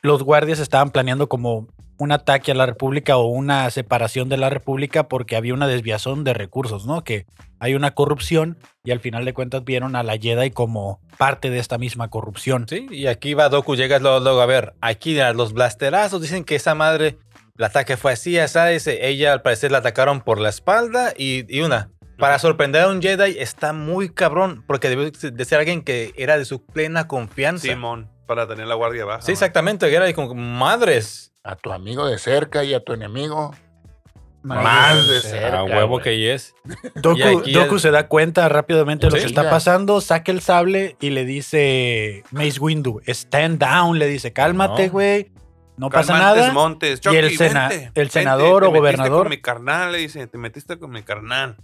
Speaker 3: los guardias estaban planeando como un ataque a la República o una separación de la República porque había una desviación de recursos, ¿no? Que hay una corrupción y al final de cuentas vieron a la Jedi como parte de esta misma corrupción.
Speaker 2: Sí, y aquí va Doku, llegas luego, luego, a ver, aquí a los blasterazos dicen que esa madre, el ataque fue así, esa dice, ella al parecer la atacaron por la espalda y, y una. Para sorprender a un Jedi está muy cabrón, porque debió de ser alguien que era de su plena confianza. Sí,
Speaker 1: Simón, para tener la guardia baja. güey.
Speaker 2: exactamente, que era de como, madres.
Speaker 4: a tu amigo de cerca y a tu enemigo más, de cerca.
Speaker 2: A Ah, huevo
Speaker 4: güey.
Speaker 2: que yes. Y
Speaker 3: Doku,
Speaker 2: aquí
Speaker 3: Doku
Speaker 2: el-
Speaker 3: se da cuenta rápidamente de lo
Speaker 2: Sí.
Speaker 3: que está pasando, saca el sable y le dice Mace Windu, stand down, le dice, cálmate,
Speaker 2: No.
Speaker 3: güey, no, pasa
Speaker 1: Calmantes,
Speaker 3: nada.
Speaker 1: Montes,
Speaker 3: Y el
Speaker 1: Chucky,
Speaker 3: sena-
Speaker 1: vente,
Speaker 3: el senador
Speaker 1: te
Speaker 3: o
Speaker 1: metiste
Speaker 3: gobernador.
Speaker 1: Con mi carnal, le dice, te metiste con mi carnal.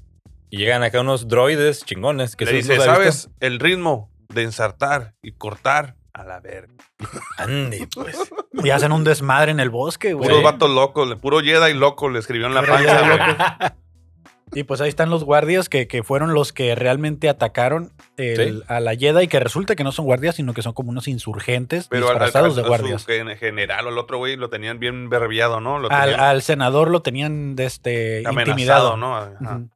Speaker 2: Y llegan acá unos droides chingones que
Speaker 1: le
Speaker 2: sí
Speaker 1: dice,
Speaker 2: los he
Speaker 1: ¿sabes?
Speaker 2: visto.
Speaker 1: El ritmo de ensartar y cortar a la verga.
Speaker 2: Ande, pues.
Speaker 3: Y hacen un desmadre en el bosque, güey.
Speaker 1: Puros vatos locos, le- puro Jedi loco le escribió en la
Speaker 3: Puro
Speaker 1: panza.
Speaker 3: Jedi
Speaker 1: güey.
Speaker 3: Y pues ahí están los guardias que, que fueron los que realmente atacaron el-
Speaker 2: Sí.
Speaker 3: a la Jedi, que resulta que no son guardias, sino que son como unos insurgentes
Speaker 1: Pero al- al,
Speaker 3: disfrazados
Speaker 1: al-
Speaker 3: de
Speaker 1: a
Speaker 3: guardias.
Speaker 1: su gen- general o el otro güey lo tenían bien berriado, ¿no? Lo
Speaker 3: Al,
Speaker 1: tenían
Speaker 3: al senador lo tenían de este,
Speaker 1: amenazado,
Speaker 3: intimidado.
Speaker 1: ¿no? Ajá.
Speaker 3: Ujú.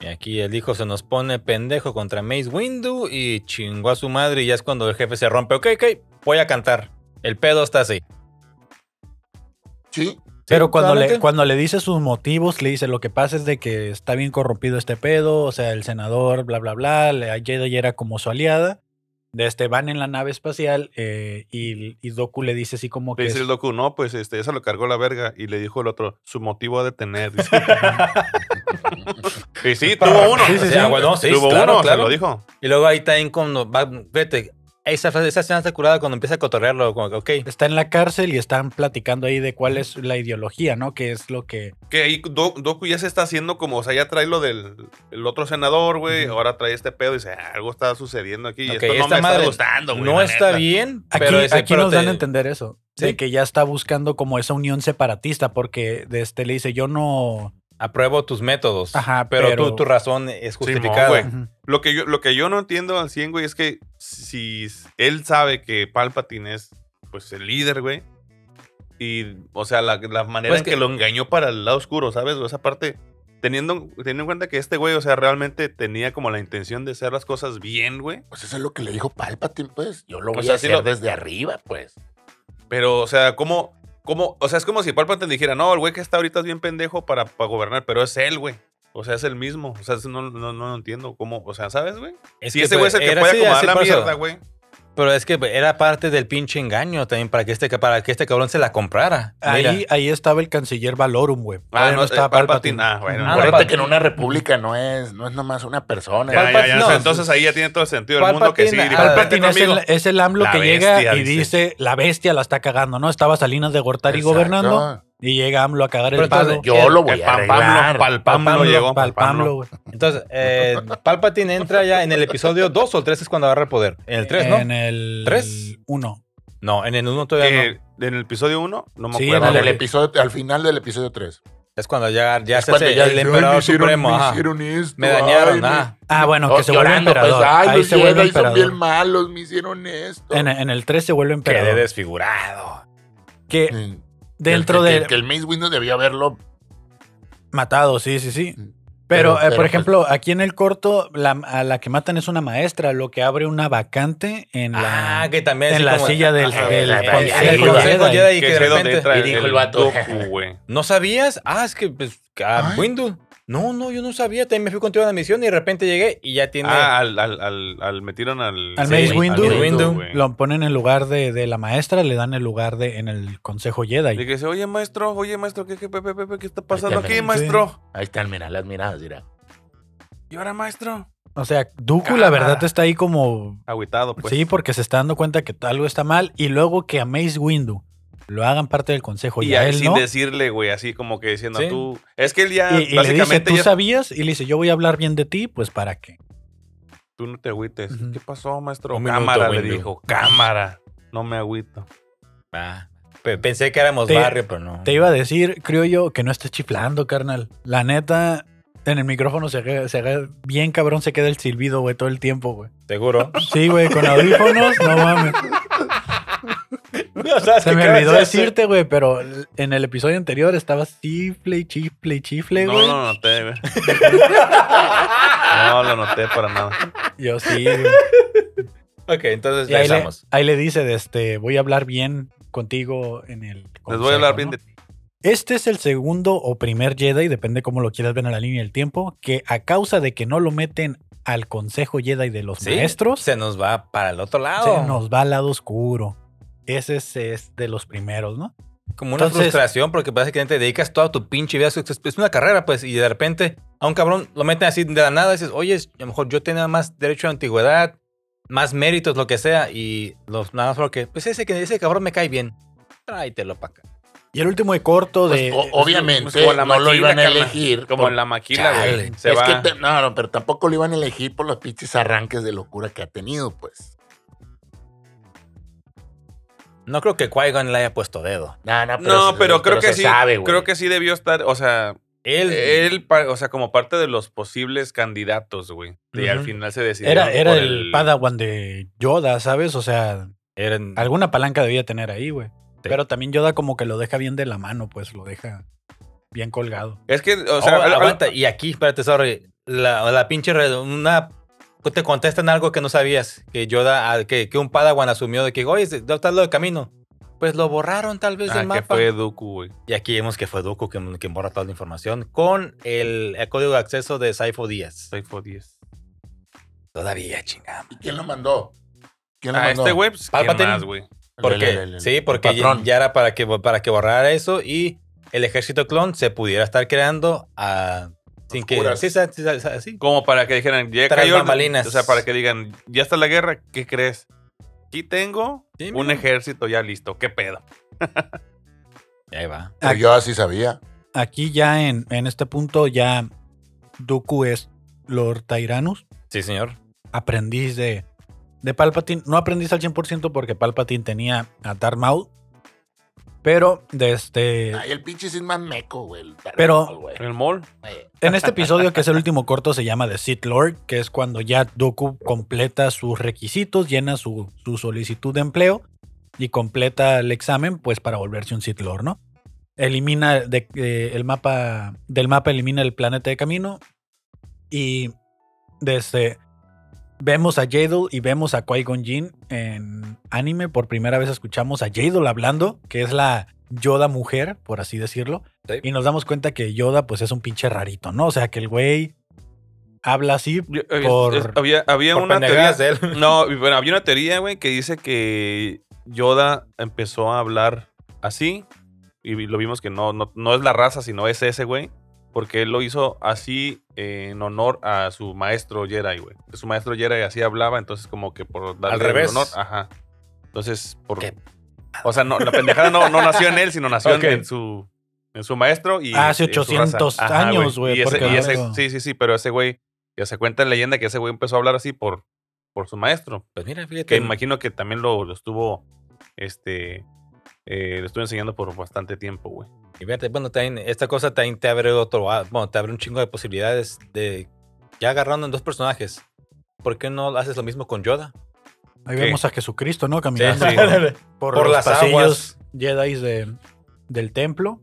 Speaker 2: Y aquí el hijo se nos pone pendejo contra Mace Windu y chingó a su madre y ya es cuando el jefe se rompe. Ok, ok, voy a cantar. El pedo está así.
Speaker 4: Sí,
Speaker 3: Pero cuando le,
Speaker 2: claramente.
Speaker 3: cuando le dice sus motivos, le dice lo que pasa es de que está bien corrompido este pedo, o sea, el senador, bla, bla, bla, la Jedi era como su aliada. De este van en la nave espacial eh, y, y Doku le dice así como
Speaker 1: Le
Speaker 3: que...
Speaker 1: dice el Doku, no, pues este, esa lo cargó la verga. Y le dijo el otro, su motivo a detener. dice. y sí, tuvo uno.
Speaker 3: Sí, sí,
Speaker 2: O
Speaker 3: sí.
Speaker 2: sea, bueno, sí,
Speaker 1: tuvo
Speaker 2: claro,
Speaker 1: uno,
Speaker 2: claro.
Speaker 1: se lo dijo.
Speaker 2: Y luego ahí también cuando va, fíjate, esa, frase- esa escena está curada cuando empieza a cotorrearlo, como que, ok.
Speaker 3: Está en la cárcel y están platicando ahí de cuál es la ideología, ¿no? Que es lo que...
Speaker 1: Que ahí Do- Doku ya se está haciendo como, o sea, ya trae lo del el otro senador, güey. Ahora trae este pedo y dice, "Ah, algo está sucediendo aquí. y
Speaker 2: ok,
Speaker 1: esto no
Speaker 2: esta
Speaker 1: me
Speaker 2: madre
Speaker 1: está gustando, güey.
Speaker 2: No
Speaker 1: la
Speaker 2: está
Speaker 1: neta".
Speaker 2: bien,
Speaker 3: Aquí,
Speaker 2: pero ese-
Speaker 3: aquí
Speaker 2: pero
Speaker 3: nos
Speaker 2: te-
Speaker 3: dan a entender eso,
Speaker 2: Sí.
Speaker 3: de que ya está buscando como esa unión separatista porque de este le dice yo no...
Speaker 2: Apruebo tus métodos.
Speaker 3: Ajá,
Speaker 2: pero,
Speaker 3: pero-
Speaker 2: tu, tu razón
Speaker 1: Simón,
Speaker 2: es justificada.
Speaker 1: güey. Lo que, yo, lo que yo no entiendo al 100, güey, es que si él sabe que Palpatine es pues el líder, güey. Y, o sea, la, la manera
Speaker 2: Pues
Speaker 1: en
Speaker 2: que-
Speaker 1: que... lo engañó para el lado oscuro, ¿sabes? O esa parte, teniendo, teniendo en cuenta que este güey, o sea, realmente tenía como la intención de hacer las cosas bien, güey.
Speaker 4: pues eso es lo que le dijo Palpatine, pues. Yo lo voy
Speaker 1: sea,
Speaker 4: a
Speaker 1: sí
Speaker 4: hacer
Speaker 1: lo-
Speaker 4: desde arriba, pues.
Speaker 1: Pero, o sea, ¿cómo, cómo, o sea, es como si Palpatine dijera, no, el güey que está ahorita es bien pendejo para, para gobernar, pero es él, güey. O sea, es el mismo. O sea, eso no, no, no lo entiendo cómo, o sea, ¿sabes, güey?
Speaker 2: Es
Speaker 1: Si
Speaker 2: que,
Speaker 1: ese güey es el
Speaker 2: pues,
Speaker 1: que
Speaker 2: era
Speaker 1: puede
Speaker 2: así,
Speaker 1: acomodar
Speaker 2: así
Speaker 1: la
Speaker 2: pasó.
Speaker 1: mierda, güey.
Speaker 2: Pero es que era parte del pinche engaño también para que este, para que este cabrón se la comprara. Mira.
Speaker 3: Ahí, ahí estaba el canciller Valorum, güey.
Speaker 1: Ah,
Speaker 3: Todavía
Speaker 1: no, está Palpatine. Ah, bueno.
Speaker 3: Ujú.
Speaker 2: Ah,
Speaker 4: Acuérdate
Speaker 2: Palpatine.
Speaker 4: que en una república no es, no es nomás una persona.
Speaker 1: Ya, ya, ya,
Speaker 2: Palpatine, no.
Speaker 1: Entonces ahí ya tiene todo el sentido del mundo que sí.
Speaker 2: Palpatine,
Speaker 1: dijo,
Speaker 2: ah,
Speaker 1: "Vente
Speaker 3: Palpatine es el,
Speaker 1: conmigo".
Speaker 3: es el AMLO
Speaker 1: La
Speaker 3: que
Speaker 1: bestia,
Speaker 3: llega y
Speaker 1: dice.
Speaker 3: dice, la bestia la está cagando, ¿no? Estaba Salinas de Gortari
Speaker 4: Exacto.
Speaker 3: gobernando y llega AMLO a cagar
Speaker 2: Pero
Speaker 3: el
Speaker 2: entonces,
Speaker 3: palo.
Speaker 4: Yo lo voy
Speaker 1: El
Speaker 4: a
Speaker 1: Pam Pamlo,
Speaker 4: arreglar.
Speaker 1: Pal
Speaker 3: Palpamlo,
Speaker 1: Pamlo llegó.
Speaker 3: Palpamlo,
Speaker 1: Palpamlo.
Speaker 3: güey.
Speaker 2: Entonces, eh, Palpatine entra ya en el episodio 2 o el 3 es cuando agarra el poder. En el 3, ¿no?
Speaker 3: En el
Speaker 2: ¿Tres?
Speaker 3: 1.
Speaker 2: No, en el 1 todavía no.
Speaker 1: Que en el episodio 1, no me
Speaker 3: Sí,
Speaker 1: acuerdo.
Speaker 4: Al,
Speaker 3: en
Speaker 1: güey.
Speaker 4: el episodio, al final del episodio 3.
Speaker 2: Es cuando ya, ya
Speaker 4: Es
Speaker 2: se
Speaker 4: cuando
Speaker 2: hace
Speaker 4: ya
Speaker 2: el
Speaker 4: dice, "Ay,
Speaker 2: emperador
Speaker 4: me hicieron-
Speaker 2: supremo.
Speaker 4: me
Speaker 2: ajá.
Speaker 4: hicieron esto,
Speaker 2: Me
Speaker 4: ay,
Speaker 2: dañaron,
Speaker 4: me-
Speaker 2: ah.
Speaker 3: Ah, bueno, que
Speaker 4: Oh,
Speaker 3: se vuelve
Speaker 4: llorando, pues,
Speaker 3: emperador.
Speaker 4: ay,
Speaker 3: ahí
Speaker 4: los
Speaker 3: se vuelve
Speaker 4: Jedi son bien
Speaker 3: emperador.
Speaker 4: malos, me hicieron esto.
Speaker 3: En, en el 3 se vuelve
Speaker 2: Quedé
Speaker 3: emperador.
Speaker 2: desfigurado.
Speaker 3: Que
Speaker 4: Mm.
Speaker 3: dentro
Speaker 4: Que- que-
Speaker 3: de...
Speaker 4: Que el Mace Windu debió haberlo
Speaker 3: Matado, sí, sí, sí.
Speaker 4: Mm.
Speaker 3: Pero,
Speaker 4: Pero-
Speaker 3: eh,
Speaker 4: pero,
Speaker 3: por
Speaker 4: pues-
Speaker 3: ejemplo, aquí en el corto, la, a la que matan es una maestra, lo que abre una vacante en la.
Speaker 2: Ah, que también
Speaker 3: en
Speaker 2: así
Speaker 3: la
Speaker 2: como-
Speaker 3: silla del,
Speaker 4: Ajá,
Speaker 3: del
Speaker 4: la- la-
Speaker 3: Consejo
Speaker 2: el Consejo
Speaker 3: Jedi.
Speaker 1: Que
Speaker 2: Jedi que de
Speaker 1: es ahí donde
Speaker 2: repente-
Speaker 1: entra
Speaker 4: Y
Speaker 1: el,
Speaker 4: dijo
Speaker 1: el
Speaker 4: el vato.
Speaker 1: Dooku, güey.
Speaker 2: ¿No sabías? Ah, es que pues, a
Speaker 4: Ay.
Speaker 2: Windu. No, no, yo no sabía. También me fui contigo a la misión y de repente llegué y ya tiene.
Speaker 1: Ah, al, al, al, al metieron al...
Speaker 3: Al
Speaker 1: sí,
Speaker 3: Mace
Speaker 1: güey, al
Speaker 3: Windu.
Speaker 1: güey.
Speaker 3: Lo ponen en lugar de, de la maestra, le dan el lugar de en el Consejo
Speaker 1: De
Speaker 3: Jedi.
Speaker 1: que dice, oye, maestro, oye, maestro, ¿qué, qué, pe- pe- pe- qué está pasando
Speaker 4: Ahí
Speaker 1: aquí,
Speaker 4: está,
Speaker 1: maestro?
Speaker 4: Ahí están, mira, las miradas, mira.
Speaker 1: ¿Y ahora, maestro?
Speaker 3: O sea, Dooku, la verdad, está ahí como.
Speaker 1: Agüitado, pues.
Speaker 3: sí, porque se está dando cuenta que algo está mal. Y luego que a Mace Windu lo hagan parte del Consejo y,
Speaker 1: y
Speaker 3: a
Speaker 1: ahí
Speaker 3: pues, él
Speaker 1: sin
Speaker 3: no.
Speaker 1: decirle, güey, así como que diciendo
Speaker 2: Sí.
Speaker 1: tú. Es que él ya,
Speaker 3: Y, y le dice,
Speaker 1: básicamente,
Speaker 3: ¿tú
Speaker 1: ya-
Speaker 3: sabías? Y le dice, yo voy a hablar bien de ti, pues para qué.
Speaker 1: tú no te agüites.
Speaker 3: Ujú.
Speaker 1: ¿Qué pasó, maestro?
Speaker 2: Un minuto,
Speaker 1: cámara, le
Speaker 2: Windu.
Speaker 1: dijo, cámara. No me agüito.
Speaker 2: Ah, pe- pensé que éramos
Speaker 3: Te-
Speaker 2: barrio, pero no.
Speaker 3: Te iba a decir, creo yo, que no estés chiflando, carnal. La neta, en el micrófono se, ve- se ve bien cabrón, se queda el silbido, güey, todo el tiempo, güey.
Speaker 2: Seguro.
Speaker 3: Sí, güey, con audífonos, no mames.
Speaker 2: No, ¿sabes
Speaker 3: Se
Speaker 2: qué
Speaker 3: me
Speaker 2: crees?
Speaker 3: olvidó
Speaker 2: Ya
Speaker 3: decirte, güey, pero en el episodio anterior estabas chifle y chifle y chifle,
Speaker 1: No
Speaker 3: güey.
Speaker 1: lo noté, güey. No lo noté para nada.
Speaker 3: Yo sí, güey.
Speaker 1: Pues
Speaker 2: sé. Ok, entonces
Speaker 3: Y ahí, le,
Speaker 2: regresamos.
Speaker 3: ahí le dice, de este, voy a hablar bien contigo en el...
Speaker 1: Les voy a hablar bien
Speaker 3: consejo, ¿no?
Speaker 1: de ti.
Speaker 3: Este es el segundo o primer Jedi, depende cómo lo quieras ver en la línea del tiempo, que a causa de que no lo meten al Consejo Jedi de los
Speaker 2: Sí,
Speaker 3: Maestros, se,
Speaker 2: Se nos va para el otro lado.
Speaker 3: nos va al lado oscuro. Ese es, es de los primeros, ¿no?
Speaker 2: Como una
Speaker 3: Entonces-
Speaker 2: frustración, porque básicamente te dedicas toda tu pinche vida. Es es una carrera, pues, y de repente a un cabrón lo meten así de la nada. Dices, oye, a lo mejor yo tenía más derecho a antigüedad, más méritos, lo que sea. Y los nada más porque, pues ese, que ese cabrón me cae bien. Tráetelo para acá.
Speaker 3: Y el último de corto
Speaker 4: Pues,
Speaker 3: de...
Speaker 4: o- obviamente
Speaker 1: Pues como la
Speaker 4: no lo
Speaker 1: maquila,
Speaker 4: iban a
Speaker 1: carnal.
Speaker 4: elegir.
Speaker 1: Como
Speaker 4: por-
Speaker 1: en la maquila, güey.
Speaker 2: Chale.
Speaker 1: Se
Speaker 4: es
Speaker 1: va.
Speaker 4: que te- no, no, pero tampoco lo iban a elegir por los pinches arranques de locura que ha tenido, pues.
Speaker 2: No creo que Qui-Gon le haya puesto dedo.
Speaker 4: No, no, pero,
Speaker 1: No,
Speaker 4: se-
Speaker 1: Ah, pero creo que
Speaker 4: se
Speaker 1: sí.
Speaker 4: sabe, güey.
Speaker 1: Creo que sí debió estar, o sea,
Speaker 2: Él.
Speaker 1: él, pa- o sea, como parte de los posibles candidatos, güey. Y al
Speaker 2: Ujú.
Speaker 1: final se decidió.
Speaker 3: Era, era el Padawan de Yoda, ¿sabes? O sea,
Speaker 2: eran-
Speaker 3: alguna palanca debía tener ahí, güey. Pero también Yoda como que lo deja bien de la mano, pues lo deja bien colgado.
Speaker 1: Es que, o
Speaker 2: Oh,
Speaker 1: sea, al- al-
Speaker 2: aguanta. Y aquí, espérate, sorry. La, la pinche. re- Una. Te contestan algo que no sabías. Que Yoda. ah, Que, que un Padawan asumió de que, oye, ¿dónde está lo del camino? Pues lo borraron tal vez
Speaker 1: ah,
Speaker 2: del
Speaker 1: que
Speaker 2: mapa.
Speaker 1: fue Dooku, güey.
Speaker 2: Y aquí vemos que fue Dooku quien, quien borra toda la información con el, el código de acceso de Saifo Díaz.
Speaker 1: Saifo 10.
Speaker 2: Todavía, chingada.
Speaker 4: ¿Y quién lo mandó? ¿Quién lo
Speaker 1: Ah,
Speaker 4: mandó?
Speaker 1: este güey, pues, ¿qué
Speaker 2: Palpatine.
Speaker 1: más, güey?
Speaker 4: El-
Speaker 2: ¿Por
Speaker 4: el-
Speaker 2: qué?
Speaker 4: el- el-
Speaker 2: sí,
Speaker 4: el
Speaker 2: porque ya,
Speaker 4: patrón.
Speaker 2: ya era para que, para que borrara eso y el ejército clon se pudiera estar creando a. Sin que.
Speaker 4: Oscuras.
Speaker 2: Sí, sí, sí, sí, sí.
Speaker 1: Como para que dijeran, ya
Speaker 2: Tras
Speaker 1: cayó. el-
Speaker 2: bambalinas.
Speaker 1: O sea, para que digan, ya está la guerra, ¿qué crees? Aquí tengo
Speaker 2: Sí,
Speaker 1: un
Speaker 2: mira.
Speaker 1: ejército ya listo, ¿qué pedo?
Speaker 2: Ahí va.
Speaker 4: Pero yo así sabía.
Speaker 3: Aquí ya en, en este punto ya Dooku es Lord Tyrannus.
Speaker 2: Sí, señor.
Speaker 3: aprendiz de, de Palpatine. No aprendiz al 100% porque Palpatine tenía a Darth Maul. Pero de este,
Speaker 4: Ay, el pinche sin más meco, güey. el perro,
Speaker 3: Pero-
Speaker 4: güey.
Speaker 1: En el mall.
Speaker 4: Eh,
Speaker 3: en este episodio, que es el último corto, se llama The Sith Lord, que es cuando ya Dooku completa sus requisitos, llena su, su solicitud de empleo y completa el examen, pues para volverse un Sith Lord, ¿no? Elimina de- eh, el mapa, del mapa elimina el planeta de camino y desde vemos a Jadal y vemos a Qui-Gon Jinn en anime, por primera vez escuchamos a Jadal hablando, que es la Yoda mujer, por así decirlo.
Speaker 2: Sí.
Speaker 3: Y nos damos cuenta que Yoda, pues es un pinche rarito, ¿no? O sea, que el güey habla así.
Speaker 1: Yo- es-
Speaker 3: Por-
Speaker 1: es- había había
Speaker 2: Por
Speaker 1: una teoría.
Speaker 2: pendejadas de él.
Speaker 1: No, y bueno, había una teoría, güey, que dice que Yoda empezó a hablar así. Y vi- lo vimos que no, no, no es la raza, sino es ese, güey. Porque él lo hizo así eh, en honor a su maestro Jedi, güey. Su maestro Jedi así hablaba, entonces como que por darle
Speaker 2: Al revés.
Speaker 1: honor. Ajá. Entonces, por...
Speaker 2: Qué
Speaker 1: O sea, no, la pendejada no, no nació en él, sino nació en-
Speaker 2: Ok.
Speaker 1: en su... En su maestro y...
Speaker 3: Ah,
Speaker 1: este,
Speaker 3: Hace
Speaker 1: en su raza.
Speaker 3: 800
Speaker 1: Ajá,
Speaker 3: años, güey,
Speaker 1: Y ese-
Speaker 3: porque
Speaker 1: y ese-
Speaker 3: luego-
Speaker 1: Sí, sí, sí, pero ese güey... Ya se cuenta en leyenda que ese güey empezó a hablar así por, por su maestro.
Speaker 2: Pues mira,
Speaker 1: Que
Speaker 2: fíjate.
Speaker 1: imagino que también lo, lo estuvo. Este. eh, lo estuve enseñando por bastante tiempo, güey.
Speaker 2: Y fíjate, bueno, también esta cosa también te abre otro, a- bueno, te abre un chingo de posibilidades de ya agarrando en dos personajes. ¿Por qué no haces lo mismo con Yoda?
Speaker 3: Ahí
Speaker 1: ¿Qué?
Speaker 3: vemos a Jesucristo, ¿no? Caminando
Speaker 1: sí.
Speaker 3: por, por
Speaker 2: Por
Speaker 3: los
Speaker 2: las
Speaker 3: pasillos
Speaker 2: aguas.
Speaker 3: Jedi de, del templo.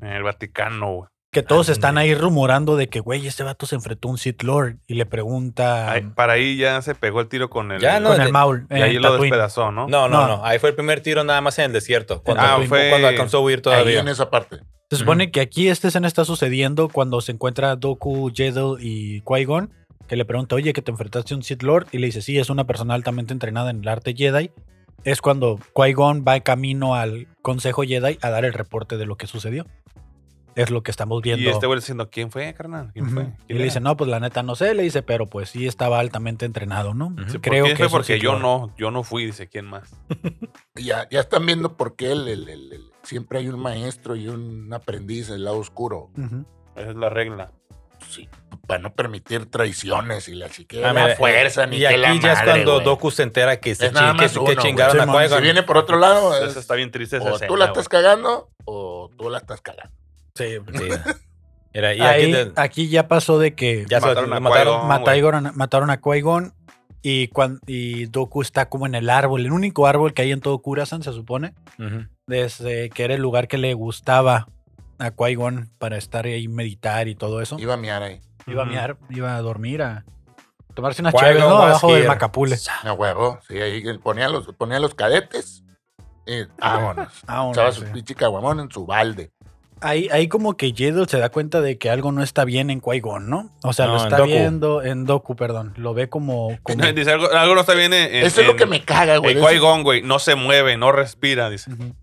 Speaker 1: En el Vaticano, güey.
Speaker 3: Que todos están ahí rumorando de que, güey, este vato se enfrentó a un Sith Lord y le pregunta
Speaker 1: Ahí- para ahí ya se pegó el tiro con el.
Speaker 2: Ya no,
Speaker 3: con
Speaker 2: de-
Speaker 3: el Maul.
Speaker 1: y
Speaker 3: mm. en
Speaker 1: ahí lo
Speaker 3: Tatooine.
Speaker 1: despedazó, ¿no?
Speaker 2: No, no,
Speaker 3: No.
Speaker 2: no. Ahí fue el primer tiro nada más en el desierto. Cuando,
Speaker 1: Ah,
Speaker 2: cuando
Speaker 1: fue-
Speaker 2: alcanzó a huir
Speaker 4: Ahí
Speaker 2: todavía.
Speaker 4: en esa parte.
Speaker 3: Se supone que aquí esta escena está sucediendo cuando se encuentra Doku, Jedel y Qui-Gon, que le pregunta, oye, que te enfrentaste a un Sith Lord, y le dice, sí, es una persona altamente entrenada en el arte Jedi. Es cuando Qui-Gon va camino al Consejo Jedi a dar el reporte de lo que sucedió. Es lo que estamos viendo.
Speaker 1: Y este güey diciendo, ¿quién fue, carnal? ¿Quién
Speaker 3: Ujú.
Speaker 1: fue?
Speaker 3: Y
Speaker 1: ¿Quién
Speaker 3: le
Speaker 1: era?"
Speaker 3: dice, no, pues la neta no sé, le dice, pero pues sí estaba altamente entrenado, ¿no?
Speaker 2: Ujú.
Speaker 1: Sí, ¿por
Speaker 3: Creo
Speaker 1: quién
Speaker 3: que
Speaker 1: fue?
Speaker 3: es un
Speaker 1: porque
Speaker 3: Sith
Speaker 1: yo
Speaker 3: Lord.
Speaker 1: no, yo no fui, dice quién más.
Speaker 4: Ya, ya están viendo por qué el- el- el- el- siempre hay un maestro y un aprendiz del lado oscuro.
Speaker 3: Ujú.
Speaker 1: Esa es la regla.
Speaker 4: Sí, para no permitir traiciones y la chiquera.
Speaker 2: Ah,
Speaker 4: la
Speaker 2: mira,
Speaker 4: fuerza, ni
Speaker 2: Y
Speaker 4: que
Speaker 2: aquí
Speaker 4: la
Speaker 2: ya es
Speaker 4: madre,
Speaker 2: cuando
Speaker 4: güey.
Speaker 2: Doku se entera que, se
Speaker 4: Es nada
Speaker 2: chi- que-
Speaker 4: más
Speaker 2: que
Speaker 4: uno, güey.
Speaker 2: chingaron
Speaker 3: Sí,
Speaker 2: a
Speaker 3: man,
Speaker 2: Qui-Gon.
Speaker 4: Si viene por otro lado, es-
Speaker 1: Esa está bien triste esa
Speaker 4: o
Speaker 1: escena,
Speaker 4: tú la
Speaker 1: güey.
Speaker 4: estás cagando o tú la estás cagando.
Speaker 3: Sí.
Speaker 2: Sí. Mira, y
Speaker 3: Ahí-
Speaker 2: aquí
Speaker 3: aquí,
Speaker 2: te-
Speaker 3: ya pasó de que
Speaker 2: ya se
Speaker 1: mataron
Speaker 2: lo
Speaker 1: a
Speaker 2: mataron.
Speaker 1: Qui-Gon. No,
Speaker 3: mataron, mataron a Qui-Gon y, cuan- y Doku está como en el árbol, el único árbol que hay en todo Kurasan, se supone,
Speaker 2: Ujú.
Speaker 3: desde que era el lugar que le gustaba a Qui-Gon para estar ahí, meditar y todo eso.
Speaker 4: Iba a miar ahí.
Speaker 3: Iba a mirar, iba a dormir, a tomarse una
Speaker 2: Qui-Gon
Speaker 3: chévere, ¿no?
Speaker 2: was
Speaker 3: Abajo del
Speaker 2: here.
Speaker 3: Macapule.
Speaker 4: No huevo. Sí, ahí ponía los, ponía los cadetes. Y vámonos.
Speaker 3: Ah, bueno,
Speaker 4: Echaba
Speaker 3: sí.
Speaker 4: su pinche caguamón en su balde.
Speaker 3: Ahí, ahí como que Jedel se da cuenta de que algo no está bien en Qui-Gon, ¿no? O sea,
Speaker 2: No,
Speaker 3: lo
Speaker 2: en
Speaker 3: está
Speaker 2: Dooku.
Speaker 3: viendo en Doku, perdón. Lo ve como... como-
Speaker 1: Dice algo, algo no está bien en. en-
Speaker 4: Eso es lo
Speaker 1: en-
Speaker 4: que me caga, güey.
Speaker 1: en
Speaker 4: Eso-
Speaker 1: Qui-Gon, güey. No se mueve, no respira, dice.
Speaker 3: Ujú.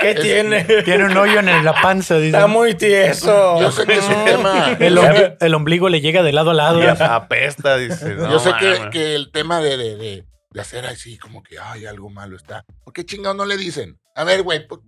Speaker 2: ¿Qué
Speaker 4: Es-
Speaker 2: tiene?
Speaker 3: Tiene un hoyo en la panza, dice.
Speaker 2: Está muy tieso.
Speaker 4: Yo sé que es un tema.
Speaker 3: El,
Speaker 4: yo sé-
Speaker 3: ombligo, el ombligo le llega de lado a lado.
Speaker 1: Apesta, dice. "No
Speaker 4: Ah, yo sé que,
Speaker 1: mames".
Speaker 4: que el tema de, de, de- de hacer así, como que, ay, algo malo está. ¿Por qué chingados no le dicen? A ver, güey, ¿por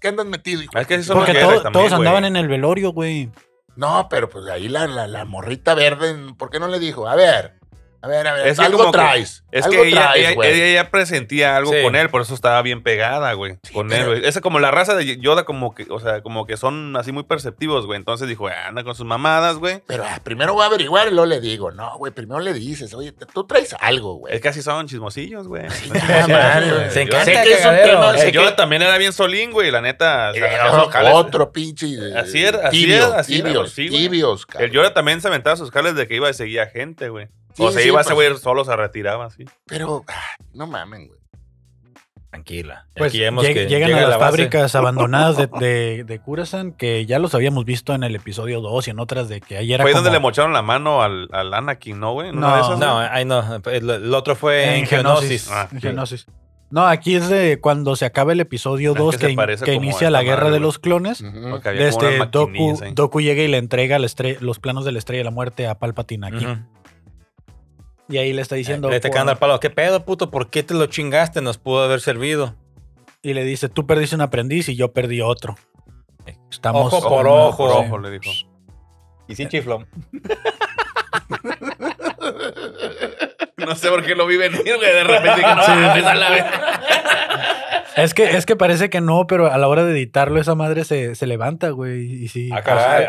Speaker 4: ¿qué andas metido, hijo?
Speaker 1: Es que sí son
Speaker 3: Porque
Speaker 1: mujeres
Speaker 3: todo-
Speaker 1: también,
Speaker 3: todos
Speaker 1: güey.
Speaker 3: andaban en el velorio, güey.
Speaker 4: No, pero pues ahí la, la, la morrita verde, ¿por qué no le dijo? A ver, a ver, a ver,
Speaker 1: Es que
Speaker 4: algo
Speaker 1: como que-
Speaker 4: traes.
Speaker 1: Es
Speaker 4: algo
Speaker 1: que ella,
Speaker 4: traes,
Speaker 1: ella-
Speaker 4: güey.
Speaker 1: ella ya presentía algo
Speaker 2: Sí.
Speaker 1: con él, por eso estaba bien pegada, güey. con él,
Speaker 4: pero-
Speaker 1: güey. Esa como la raza de Yoda, como que, o sea, como que son así muy perceptivos, güey. Entonces dijo, "Ah, anda con sus mamadas, güey.
Speaker 4: Pero ah, primero voy a averiguar y luego le digo. No, güey, primero le dices, oye, te- tú traes algo, güey.
Speaker 1: Es que así son chismosillos, güey.
Speaker 4: Ah, madre, güey.
Speaker 2: Se
Speaker 1: encanta
Speaker 4: Sé
Speaker 2: el
Speaker 4: que es un
Speaker 2: cagadero.
Speaker 4: tema,
Speaker 1: Eh,
Speaker 4: sé que-
Speaker 1: Yoda también era bien solín, güey, la neta. o sea,
Speaker 4: Eh,
Speaker 1: hacía sus jales.
Speaker 4: otro pinche. eh,
Speaker 1: Así era, así
Speaker 4: tibio,
Speaker 1: era, así era,
Speaker 4: tibios,
Speaker 1: sí, güey.
Speaker 4: tibios,
Speaker 1: El Yoda también se aventaba sus jales de que iba y seguía gente, güey. o
Speaker 4: Sí,
Speaker 1: se
Speaker 4: sí,
Speaker 1: iba
Speaker 4: pues.
Speaker 1: ese güey solo, se retiraba, así.
Speaker 4: Pero, ah, no mamen, güey.
Speaker 2: Tranquila.
Speaker 3: Pues
Speaker 2: Aquí vemos
Speaker 3: lleg-
Speaker 2: que
Speaker 3: llegan
Speaker 2: llega
Speaker 3: a las
Speaker 2: la base.
Speaker 3: fábricas abandonadas de, de, de Khorasan, que ya los habíamos visto en el episodio 2 y en otras de que ayer era
Speaker 1: Fue
Speaker 3: como
Speaker 1: donde le mocharon la mano al, al Anakin, ¿no, güey? ¿En una
Speaker 3: No,
Speaker 1: de esas,
Speaker 2: No,
Speaker 1: güey?
Speaker 2: ahí no. El, el otro fue en
Speaker 3: en
Speaker 2: Genosis.
Speaker 3: Genosis.
Speaker 1: Ah,
Speaker 3: en
Speaker 1: sí.
Speaker 3: Genosis. No, aquí es de cuando se acaba el episodio
Speaker 1: Es
Speaker 3: 2
Speaker 1: que se
Speaker 3: que, in-
Speaker 1: parece
Speaker 3: que
Speaker 1: como
Speaker 3: inicia
Speaker 1: esta
Speaker 3: la guerra
Speaker 1: madre,
Speaker 3: de
Speaker 1: güey.
Speaker 3: los clones.
Speaker 4: Ujú.
Speaker 1: Porque había como
Speaker 3: Este,
Speaker 1: unas
Speaker 3: Doku,
Speaker 1: maquinillas ahí.
Speaker 3: Doku llega y le entrega la estre- los planos de la Estrella de la Muerte a Palpatine aquí.
Speaker 2: Ujú.
Speaker 3: Y ahí le está diciendo...
Speaker 2: Le está
Speaker 3: por-
Speaker 2: cagando al palo. ¿Qué pedo, puto? ¿Por qué te lo chingaste? Nos pudo haber servido.
Speaker 3: y le dice, tú perdiste un aprendiz y yo perdí otro. Estamos
Speaker 2: Ojo por
Speaker 3: Ojo
Speaker 1: Por
Speaker 2: ojo.
Speaker 1: ojo, le dijo.
Speaker 2: Y sin chiflón.
Speaker 1: No sé por qué lo vi venir, güey. De repente dije, no,
Speaker 3: Sí.
Speaker 1: mames, a la vez.
Speaker 3: Es que, es que parece que no, pero a la hora de editarlo esa madre se, se levanta, güey. Y sí.
Speaker 2: Ah, caray.
Speaker 1: Ay,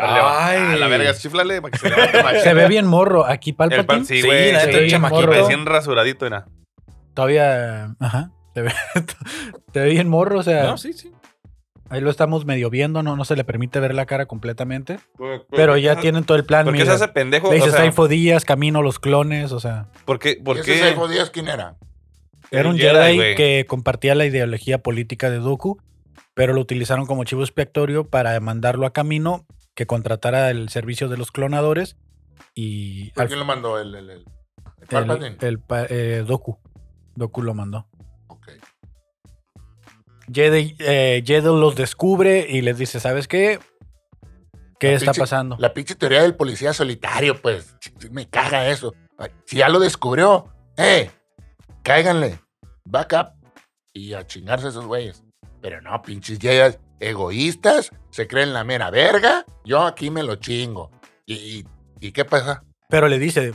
Speaker 1: a
Speaker 2: Ay.
Speaker 1: la verga, chiflale para que se levante machín.
Speaker 3: Se ve bien morro. Aquí Palpatine
Speaker 1: El pan, sí,
Speaker 2: Sí,
Speaker 1: güey.
Speaker 2: la neta,
Speaker 1: se ve
Speaker 2: un
Speaker 1: bien
Speaker 2: chamaquito.
Speaker 1: morro. Recién rasuradito, era.
Speaker 3: todavía... Ajá. Se ve, se ve bien morro, o sea,
Speaker 2: No, sí, sí.
Speaker 3: ahí lo estamos medio viendo, no, no se le permite ver la cara completamente. Pero ya tienen todo el plan,
Speaker 1: ¿Por qué Mm, se
Speaker 3: mira.
Speaker 1: hace pendejo?
Speaker 3: Le dice
Speaker 1: O sea,
Speaker 3: Saifo Díaz, Camino, los clones, o sea...
Speaker 1: ¿Por qué? ¿Por
Speaker 4: ¿Ese Saifo
Speaker 1: qué?
Speaker 4: Díaz quién era?
Speaker 3: Era
Speaker 1: El
Speaker 3: un
Speaker 1: Jedi,
Speaker 3: Jedi,
Speaker 1: güey.
Speaker 3: que compartía la ideología política de Dooku, pero lo utilizaron como chivo expiatorio para mandarlo a camino, que contratara el servicio de los clonadores y
Speaker 4: ¿Por
Speaker 3: al-
Speaker 4: quién lo mandó? ¿El, el, el, el Palpatine?
Speaker 3: el, el pa- eh, Dooku. Dooku lo mandó.
Speaker 4: Ok.
Speaker 3: Jedi, eh, Jedi los descubre y les dice, ¿sabes qué? ¿Qué
Speaker 4: La
Speaker 3: está
Speaker 4: pinche-
Speaker 3: pasando?
Speaker 4: La pinche teoría del policía solitario, pues. ch- Me caga eso. Ay, Si ya lo descubrió, ¡eh! Cáiganle. Back up. Y a chingarse esos güeyes. Pero no, pinches yeyas egoístas. Se creen la mera verga. Yo aquí me lo chingo. ¿Y, y, y qué pasa?
Speaker 3: Pero le dice,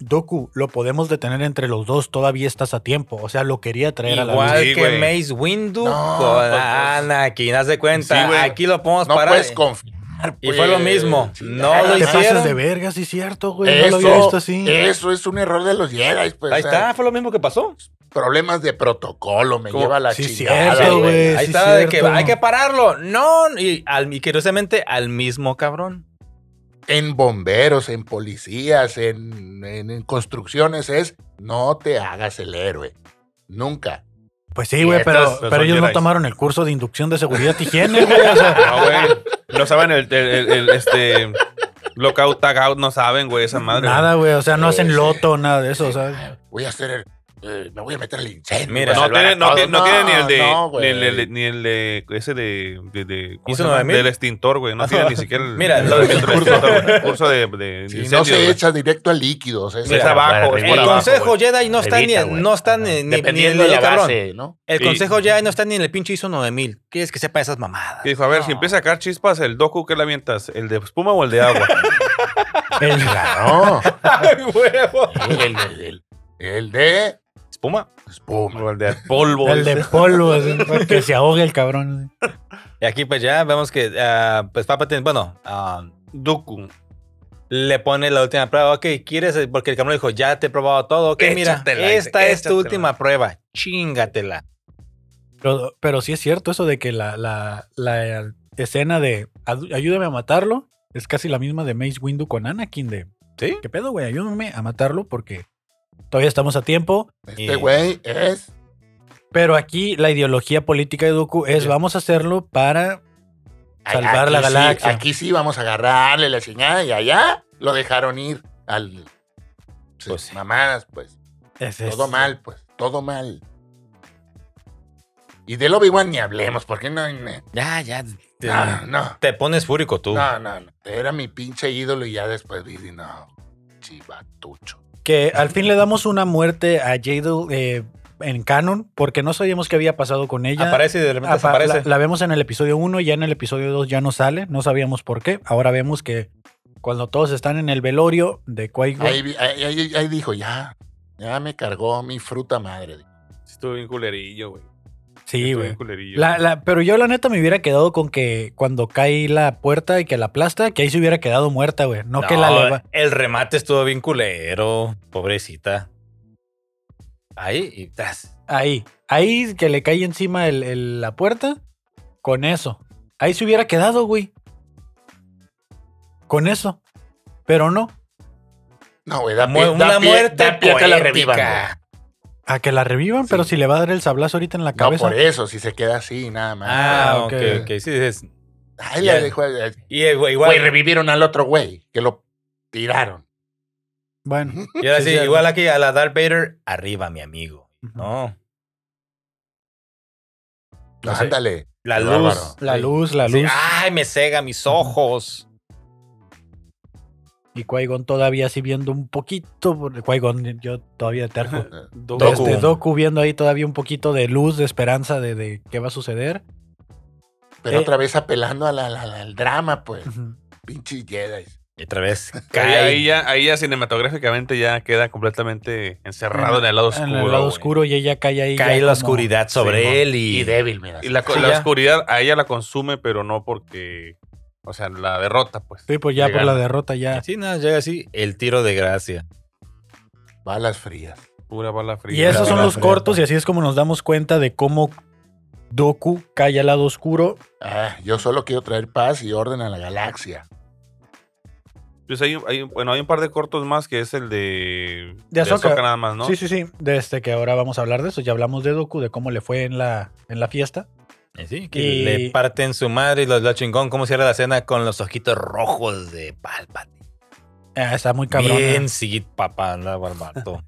Speaker 3: Dooku, lo podemos detener entre los dos, todavía estás a tiempo. O sea, lo quería traer a la luz.
Speaker 2: Igual
Speaker 1: Sí,
Speaker 2: que
Speaker 1: güey.
Speaker 2: Mace Windu
Speaker 4: No,
Speaker 2: con
Speaker 4: pues,
Speaker 2: Anakin, haz de cuenta.
Speaker 1: Sí, güey. pues,
Speaker 2: aquí lo podemos
Speaker 4: No
Speaker 2: parar.
Speaker 4: puedes confiar.
Speaker 2: Y fue lo mismo. No lo
Speaker 3: Te
Speaker 2: hicieron.
Speaker 3: pasas de verga, sí, cierto, güey. Pues, No lo
Speaker 4: Eso, eh,
Speaker 3: había visto así.
Speaker 4: eso es un error de los Jedi. Pues,
Speaker 2: Ahí
Speaker 4: o sea,
Speaker 2: está, fue lo mismo que pasó.
Speaker 4: problemas de protocolo, me
Speaker 1: ¿Cómo?
Speaker 4: lleva la
Speaker 3: Sí,
Speaker 4: chingada.
Speaker 3: cierto,
Speaker 4: güey.
Speaker 3: güey.
Speaker 2: Ahí
Speaker 3: sí,
Speaker 2: está, de que
Speaker 3: cierto.
Speaker 2: hay que pararlo. No, y, al, y curiosamente al mismo cabrón.
Speaker 4: En bomberos, en policías, en, en- en construcciones es no te hagas el héroe. Nunca.
Speaker 3: Pues sí, güey,
Speaker 4: Y
Speaker 3: pero,
Speaker 1: estos, pues,
Speaker 3: pero
Speaker 1: son
Speaker 3: ellos no
Speaker 1: Jedi's.
Speaker 3: tomaron el curso de inducción de seguridad y higiene, güey. o sea,
Speaker 1: No, güey. No saben el, el- el- el, este lockout, tagout, no saben, güey, esa madre.
Speaker 3: nada, güey. O sea, no
Speaker 4: Sí,
Speaker 3: hacen
Speaker 4: sí.
Speaker 3: loto, nada de eso, ¿sabes?
Speaker 4: Voy a hacer el- eh, me voy a meter al incendio. voy
Speaker 2: Mira,
Speaker 4: a
Speaker 1: No
Speaker 4: salvar a
Speaker 1: tiene, no,
Speaker 4: todos.
Speaker 1: tiene- no tiene ni el de.
Speaker 4: no, güey.
Speaker 1: ni, el, de- ni el de. Ese de. de, de- ¿cómo se
Speaker 2: ¿Hizo
Speaker 1: llama?
Speaker 2: 9000?
Speaker 1: Del extintor, güey. No tiene ni siquiera el.
Speaker 2: Mira,
Speaker 1: el,
Speaker 2: lo de-
Speaker 1: el curso, güey, el curso de. de
Speaker 4: Sí, no
Speaker 1: incendios,
Speaker 4: se
Speaker 1: güey.
Speaker 4: echa directo a líquidos. Es,
Speaker 2: Mira,
Speaker 1: Es abajo,
Speaker 4: Pues
Speaker 1: es
Speaker 2: El
Speaker 1: por abajo.
Speaker 2: consejo
Speaker 1: güey.
Speaker 2: Jedi no está,
Speaker 4: Evita,
Speaker 2: ni,
Speaker 4: güey.
Speaker 2: no está
Speaker 4: Ajá.
Speaker 2: ni, ni- ni en
Speaker 4: Dependiendo
Speaker 2: el
Speaker 4: de la
Speaker 2: cabrón.
Speaker 4: base, ¿no?
Speaker 2: El
Speaker 1: Y-
Speaker 2: consejo Jedi no está ni en el pinche ISO 9000. ¿Quieres que sepa esas mamadas?
Speaker 1: Que dijo, a ver, si empieza a sacar chispas, el docu, ¿qué la mientas? ¿El de espuma o el de agua?
Speaker 3: El-
Speaker 4: No,
Speaker 2: ¡Ay, huevo!
Speaker 4: el, el- el- el de
Speaker 1: ¿Espuma?
Speaker 4: espuma.
Speaker 1: O el de polvo.
Speaker 3: El de polvo, así, para que se ahogue el cabrón.
Speaker 2: Y aquí pues ya vemos que, ah, pues Palpatine, bueno, ah,
Speaker 1: Doku.
Speaker 2: le pone la última prueba. Ok, ¿quieres? el- Porque el cabrón dijo, ya te he probado todo. Ok,
Speaker 1: Échatela,
Speaker 2: mira,
Speaker 1: dice,
Speaker 2: esta es tu
Speaker 1: échatela.
Speaker 2: última prueba. Chingatela.
Speaker 3: Pero, pero sí es cierto eso de que la, la- la escena de "Ad- ayúdame a matarlo es casi la misma de Mace Windu con Anakin de
Speaker 2: ¿Sí?
Speaker 3: ¿Qué pedo, güey? Ayúdame a matarlo porque todavía estamos a tiempo.
Speaker 4: Este güey es
Speaker 3: Pero aquí la ideología política de Dooku es vamos a hacerlo para... Salvar
Speaker 4: aquí
Speaker 3: la
Speaker 4: sí,
Speaker 3: galaxia.
Speaker 4: aquí sí vamos a agarrarle la chingada y allá lo dejaron ir al sí,
Speaker 2: Pues sí.
Speaker 4: mamadas, pues.
Speaker 3: es- es-
Speaker 4: Todo
Speaker 2: Este.
Speaker 4: mal, pues. Todo mal. Y del Obi-Wan ni hablemos, porque no, no,
Speaker 2: Ya, ya. Te,
Speaker 4: no, no,
Speaker 2: te pones fúrico tú.
Speaker 4: ah. no, no, no. Era mi pinche ídolo y ya después vi, no, chivatucho.
Speaker 3: Que al fin le damos una muerte a Jadel eh, en canon porque no sabíamos qué había pasado con ella.
Speaker 2: aparece y de repente
Speaker 3: Apa-
Speaker 2: desaparece.
Speaker 3: Ah, La, la vemos en el episodio 1, ya en el episodio 2 ya no sale, no sabíamos por qué. Ahora vemos que cuando todos están en el velorio de qui
Speaker 4: Ahí, vi- ahí, ahí- ahí dijo, ya, ya me cargó mi fruta madre.
Speaker 1: Estuve bien culerillo, güey.
Speaker 3: Sí,
Speaker 1: Estuve
Speaker 3: güey.
Speaker 1: bien culerillo.
Speaker 3: La- la- pero yo la neta me hubiera quedado con que cuando cae la puerta y que la aplasta, que ahí se hubiera quedado muerta, güey. No, que la
Speaker 2: No,
Speaker 3: leva.
Speaker 4: eh.
Speaker 2: El remate estuvo bien culero. Pobrecita. Ahí y tras.
Speaker 3: Ahí. Ahí que le cae encima el- el- la puerta. Con eso. Ahí se hubiera quedado, güey. Con eso. Pero no.
Speaker 4: No, güey, da
Speaker 2: Mu-
Speaker 4: pie,
Speaker 2: una
Speaker 4: da pie-
Speaker 2: muerte
Speaker 4: da pie a que la
Speaker 2: poética.
Speaker 4: revivan. güey.
Speaker 3: A que la revivan, pero si le va a dar el sablazo ahorita en la
Speaker 4: No,
Speaker 3: cabeza.
Speaker 4: por eso, si se queda así, nada más.
Speaker 2: Ah,
Speaker 3: Ah,
Speaker 2: ok,
Speaker 3: ok.
Speaker 2: ok. Sí, dices.
Speaker 4: Ay,
Speaker 2: ya.
Speaker 4: le dejó- eh,
Speaker 2: Y eh, güey, igual.
Speaker 4: Güey, revivieron al otro güey, que lo tiraron.
Speaker 3: bueno.
Speaker 2: y ahora
Speaker 3: sí,
Speaker 2: sí,
Speaker 3: sí,
Speaker 2: igual aquí a la Darth Vader, arriba, mi amigo. No.
Speaker 4: No,
Speaker 2: No sé.
Speaker 4: ándale.
Speaker 2: La
Speaker 4: Qué
Speaker 2: luz.
Speaker 4: bárbaro.
Speaker 3: La
Speaker 2: Sí.
Speaker 3: luz, la
Speaker 2: Sí,
Speaker 3: luz.
Speaker 2: Ay, me cega mis ojos.
Speaker 3: Y Qui-Gon todavía así viendo un poquito. por- Qui-Gon, yo todavía terco.
Speaker 1: Doku.
Speaker 2: Doku.
Speaker 3: Este Doku viendo ahí todavía un poquito de luz, de esperanza de, de qué va a suceder.
Speaker 4: Pero
Speaker 3: Eh.
Speaker 4: otra vez apelando a la- la- la- al drama, pues.
Speaker 3: Ujú.
Speaker 4: Pinche Jedi.
Speaker 2: Y otra vez
Speaker 1: Ahí,
Speaker 2: cae.
Speaker 1: ahí ya, ahí ya cinematográficamente ya queda completamente encerrado en el lado oscuro.
Speaker 3: en el lado
Speaker 1: güey.
Speaker 3: oscuro y ella cae ahí.
Speaker 2: cae
Speaker 3: ya como-
Speaker 2: la oscuridad sobre
Speaker 4: Simón.
Speaker 2: él y,
Speaker 4: Y débil, mira.
Speaker 1: Y la, co-
Speaker 2: Sí,
Speaker 1: la
Speaker 2: ya.
Speaker 1: oscuridad a ella la consume, pero no porque. O sea, la derrota, pues.
Speaker 3: Sí, pues ya
Speaker 1: Le
Speaker 3: por
Speaker 1: gana.
Speaker 3: la derrota ya.
Speaker 2: Sí, nada, llega así el tiro de gracia.
Speaker 4: Balas frías.
Speaker 1: Pura bala fría.
Speaker 3: Y esos son
Speaker 4: la
Speaker 3: los
Speaker 4: verdad.
Speaker 3: cortos y así es como nos damos cuenta de cómo Doku cae al lado oscuro.
Speaker 4: Ah, yo solo quiero traer paz y orden a la galaxia.
Speaker 1: Pues hay, un- hay un- bueno, hay un par de cortos más que es el de.
Speaker 3: De Ahsoka.
Speaker 1: nada más, ¿no?
Speaker 3: Sí, sí, sí. Desde que ahora vamos a hablar de eso. Ya hablamos de Doku, de cómo le fue en la, en la fiesta.
Speaker 2: Eh, Sí, que
Speaker 3: Y-
Speaker 2: le parten su madre y los da chingón. ¿Cómo cierra la escena con los ojitos rojos de Palpatine?
Speaker 3: Ah, está muy cabrón. ¿eh?
Speaker 2: Bien, sí, papá, la barbato.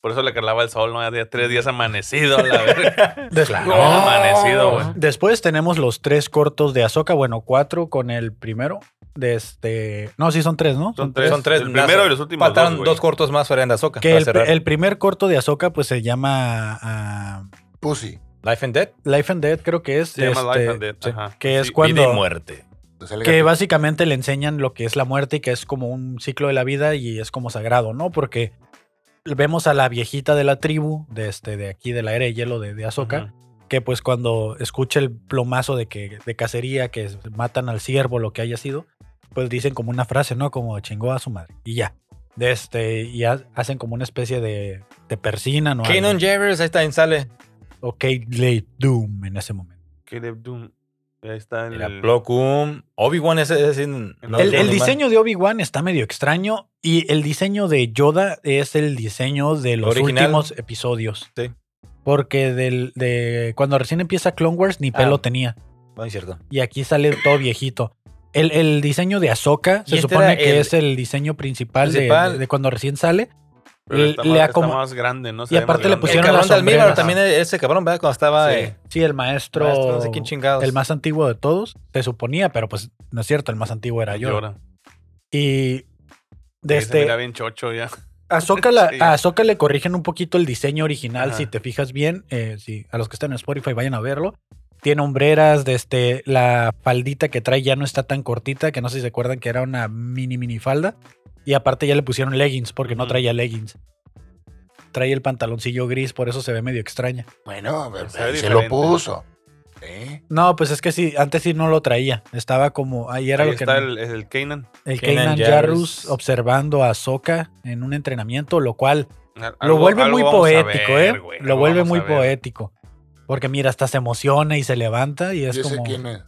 Speaker 1: Por eso le calaba el sol, ¿no? Ya tenía tres días amanecido, la verga.
Speaker 3: ¿eh? Des-
Speaker 1: No, amanecido, güey.
Speaker 3: Después tenemos los tres cortos de Azoka. Bueno, cuatro con el primero. De este... No, sí son tres, ¿no?
Speaker 1: Son tres.
Speaker 2: Son tres.
Speaker 1: El
Speaker 2: nada,
Speaker 1: primero y los últimos
Speaker 2: Faltaron
Speaker 1: dos,
Speaker 2: dos,
Speaker 1: güey.
Speaker 2: cortos más fuera de Azoka.
Speaker 3: Que el, el primer corto de Azoka pues se llama ah,
Speaker 4: Pussy.
Speaker 2: Life and Death.
Speaker 3: Life and Death, creo que es.
Speaker 1: Se llama
Speaker 3: este,
Speaker 1: Life and Death. ajá.
Speaker 3: Que es
Speaker 1: Sí,
Speaker 3: cuando...
Speaker 2: Vida y muerte.
Speaker 4: Entonces,
Speaker 3: Que
Speaker 4: el-
Speaker 3: básicamente le enseñan lo que es la muerte y que es como un ciclo de la vida y es como sagrado, ¿no? Porque vemos a la viejita de la tribu, de, este, de aquí, de la era de hielo de, de Azoka, que pues cuando escucha el plomazo de, que, de cacería, que matan al ciervo, lo que haya sido, pues dicen como una frase, ¿no? Como chingó a su madre. Y ya. De este, y ha- hacen como una especie de. Te persinan o algo.
Speaker 2: Kanan Jarrus, ahí está, ahí sale.
Speaker 3: O Caitlyn Doom en ese momento.
Speaker 1: Caleb Doom. Ahí está el.
Speaker 2: Mira, Plo Koon, Obi-Wan ese, ese no
Speaker 3: el,
Speaker 2: es
Speaker 3: el
Speaker 2: animal.
Speaker 3: diseño de Obi-Wan está medio extraño y el diseño de Yoda es el diseño de los
Speaker 2: Original.
Speaker 3: últimos episodios.
Speaker 2: Sí.
Speaker 3: Porque del, de cuando recién empieza Clone Wars ni
Speaker 2: Ah.
Speaker 3: pelo tenía.
Speaker 2: No, es cierto.
Speaker 3: Y aquí sale todo viejito. El, el diseño de Ahsoka
Speaker 2: Y
Speaker 3: se
Speaker 2: este
Speaker 3: supone
Speaker 2: era
Speaker 3: que
Speaker 2: el-
Speaker 3: es el diseño principal, de-
Speaker 2: principal.
Speaker 3: De, de cuando recién sale.
Speaker 1: pero está,
Speaker 3: le
Speaker 1: más, está
Speaker 3: acomo-
Speaker 1: más grande, ¿no? Se
Speaker 3: y
Speaker 1: ve más
Speaker 3: aparte
Speaker 1: grande.
Speaker 3: le
Speaker 2: El
Speaker 3: pusieron
Speaker 2: cabrón
Speaker 3: las
Speaker 2: de Almíbar
Speaker 3: sombreras.
Speaker 2: también, ese cabrón, ¿verdad? Cuando estaba... eh,
Speaker 3: Sí, el maestro,
Speaker 2: maestro, no sé quién chingados.
Speaker 3: el más antiguo de todos, se suponía, pero pues no es cierto, el más antiguo era yo.
Speaker 1: Llora.
Speaker 3: Y
Speaker 1: De
Speaker 3: de este,
Speaker 1: Mira bien chocho ya.
Speaker 3: Ahsoka la-
Speaker 1: Sí.
Speaker 3: a Ahsoka le corrigen un poquito el diseño original,
Speaker 1: Ajá.
Speaker 3: si te fijas bien. eh, si a los que están en Spotify vayan a verlo. Tiene hombreras, de este, la faldita que trae ya no está tan cortita, que no sé si se acuerdan que era una mini mini falda. Y aparte ya le pusieron leggings, porque no
Speaker 1: Ujú.
Speaker 3: traía leggings. Trae el pantaloncillo gris, por eso se ve medio extraña.
Speaker 4: Bueno,
Speaker 1: Pues
Speaker 4: pero
Speaker 1: era
Speaker 4: se lo
Speaker 1: diferente.
Speaker 4: puso. ¿Eh?
Speaker 3: No, pues es que sí, antes sí no lo traía. Estaba como, ahí era
Speaker 1: Ahí
Speaker 3: lo que...
Speaker 1: está el, el Kanan.
Speaker 3: El
Speaker 2: Kenan
Speaker 3: Kanan
Speaker 2: Jarrus.
Speaker 3: Jarrus observando a Ahsoka en un entrenamiento, lo cual
Speaker 1: Al-
Speaker 3: lo
Speaker 1: algo-
Speaker 3: vuelve
Speaker 1: algo
Speaker 3: muy
Speaker 1: vamos a
Speaker 3: poético,
Speaker 1: ver,
Speaker 3: ¿eh?
Speaker 1: güey,
Speaker 3: lo
Speaker 1: algo
Speaker 3: vuelve
Speaker 1: vamos
Speaker 3: muy
Speaker 1: a ver.
Speaker 3: poético. Porque mira, hasta se emociona y se levanta y es
Speaker 4: Yo sé
Speaker 3: como...
Speaker 4: quién es.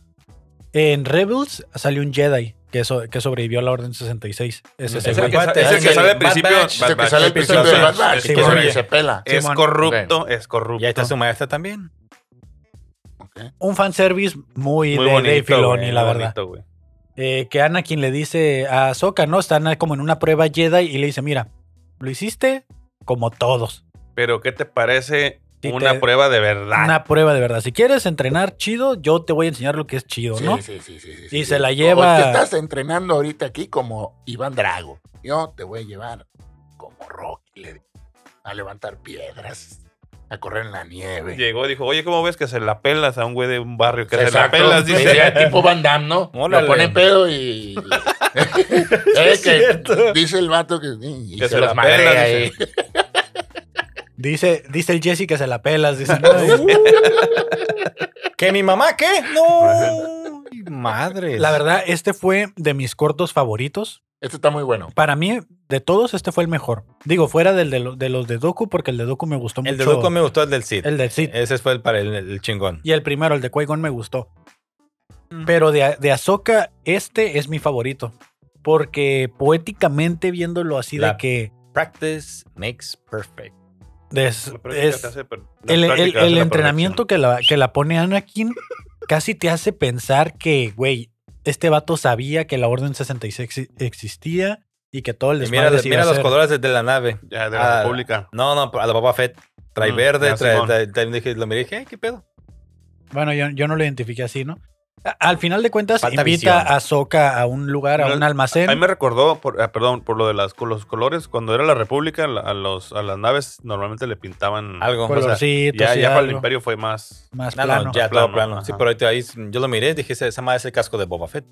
Speaker 3: En Rebels salió un Jedi que, so- que sobrevivió a la Orden 66. Es ese
Speaker 2: Es el
Speaker 3: güey.
Speaker 2: que sa-
Speaker 1: Es el que
Speaker 2: el
Speaker 1: sale al
Speaker 2: Bad
Speaker 1: principio.
Speaker 2: Batch.
Speaker 4: Ese que
Speaker 1: Batch.
Speaker 4: sale al principio de Bad
Speaker 1: Es-
Speaker 4: Batch,
Speaker 1: es
Speaker 4: que es el
Speaker 3: Simón.
Speaker 4: que se pela.
Speaker 1: Es
Speaker 3: Simón.
Speaker 1: corrupto, es corrupto.
Speaker 2: Y ahí está su maestra también.
Speaker 4: Ok.
Speaker 3: Un fanservice muy, de Dave Filoni,
Speaker 1: güey,
Speaker 3: la
Speaker 1: muy
Speaker 3: verdad.
Speaker 1: bonito, güey.
Speaker 3: Eh, que Anakin le dice a Ahsoka, ¿no? Están como en una prueba Jedi y le dice, mira, lo hiciste como todos.
Speaker 1: Pero, ¿qué te parece
Speaker 3: Sí,
Speaker 1: una
Speaker 3: te-
Speaker 1: prueba de verdad?
Speaker 3: Una prueba de verdad. Si quieres entrenar chido, yo te voy a enseñar lo que es chido,
Speaker 4: Sí,
Speaker 3: ¿no?
Speaker 4: sí, sí, sí, sí,
Speaker 3: Y
Speaker 4: sí.
Speaker 3: se la
Speaker 4: Como
Speaker 3: lleva-
Speaker 4: el que estás entrenando ahorita aquí como Iván Drago. Yo te voy a llevar como Rocky le digo, a levantar piedras, a correr en la nieve.
Speaker 1: Llegó y dijo, oye, ¿cómo ves que se la pelas a un güey de un barrio? Que se la
Speaker 4: Exacto.
Speaker 1: pelas,
Speaker 4: Sería
Speaker 1: dice.
Speaker 4: tipo Van Damme, ¿no?
Speaker 2: Órale.
Speaker 4: Lo pone en pedo y. Eh, que
Speaker 2: cierto.
Speaker 4: Dice el vato que. Y
Speaker 1: Que
Speaker 4: se,
Speaker 1: se
Speaker 4: los
Speaker 1: la
Speaker 4: madrea
Speaker 1: pela,
Speaker 4: ahí.
Speaker 3: Dice, dice el Jesse que se la pelas. Dice, no,
Speaker 2: ¿Que mi mamá qué? No. Ay, Madre.
Speaker 3: La verdad, este fue de mis cortos favoritos.
Speaker 4: Este está muy bueno.
Speaker 3: Para mí, de todos, este fue el mejor. Digo, fuera del de, lo- de los de Doku, porque el de Doku me gustó
Speaker 2: El de
Speaker 3: mucho.
Speaker 2: Duco me gustó el del Cid.
Speaker 3: El de Sid.
Speaker 2: Ese fue el para el, el chingón.
Speaker 3: Y el primero, el de qui me gustó. Pero de, de Ahsoka, este es mi favorito. Porque poéticamente viéndolo así de
Speaker 2: La-
Speaker 3: que...
Speaker 2: Practice makes perfect.
Speaker 3: de- es-
Speaker 1: La práctica
Speaker 3: es-
Speaker 1: te hace per- la
Speaker 3: el, el-
Speaker 1: práctica
Speaker 3: el
Speaker 1: hace la
Speaker 3: entrenamiento que la, que la pone Anakin casi te hace pensar que, güey, este vato sabía que la Orden 66 exi- existía y que todo el
Speaker 2: Y mira
Speaker 3: desmadre se iba
Speaker 2: mira
Speaker 3: a
Speaker 2: los
Speaker 3: hacer.
Speaker 2: colores de- de la nave.
Speaker 1: perfección. Ya, de la
Speaker 2: Ah,
Speaker 1: República.
Speaker 2: No, no, a la Boba Fett. Trae
Speaker 1: Mm,
Speaker 2: verde,
Speaker 1: ya,
Speaker 2: trae,
Speaker 1: Simón.
Speaker 2: trae- trae- dije- lo miré y dije, "Ay, ¿qué pedo?
Speaker 3: Bueno, yo, yo no lo identifiqué así, ¿no? A- Al final de cuentas,
Speaker 2: Falta
Speaker 3: invita
Speaker 2: visión.
Speaker 3: a Soka a un lugar, a
Speaker 1: No,
Speaker 3: un
Speaker 1: A mí
Speaker 3: almacén.
Speaker 1: me recordó, por, ah, perdón, por lo de las, con los colores, cuando era la República, la- a, los, a las naves normalmente le pintaban
Speaker 2: Algo. o sea,
Speaker 3: Colorcitos
Speaker 1: Ya,
Speaker 3: y
Speaker 1: ya para el
Speaker 3: algo
Speaker 1: Imperio fue más.
Speaker 3: Más
Speaker 2: no, no,
Speaker 3: plano.
Speaker 2: ya
Speaker 1: Plano,
Speaker 2: todo plano. Sí,
Speaker 1: ajá.
Speaker 2: pero ahorita ahí yo lo miré y dije, esa esa madre es el casco de Boba Fett.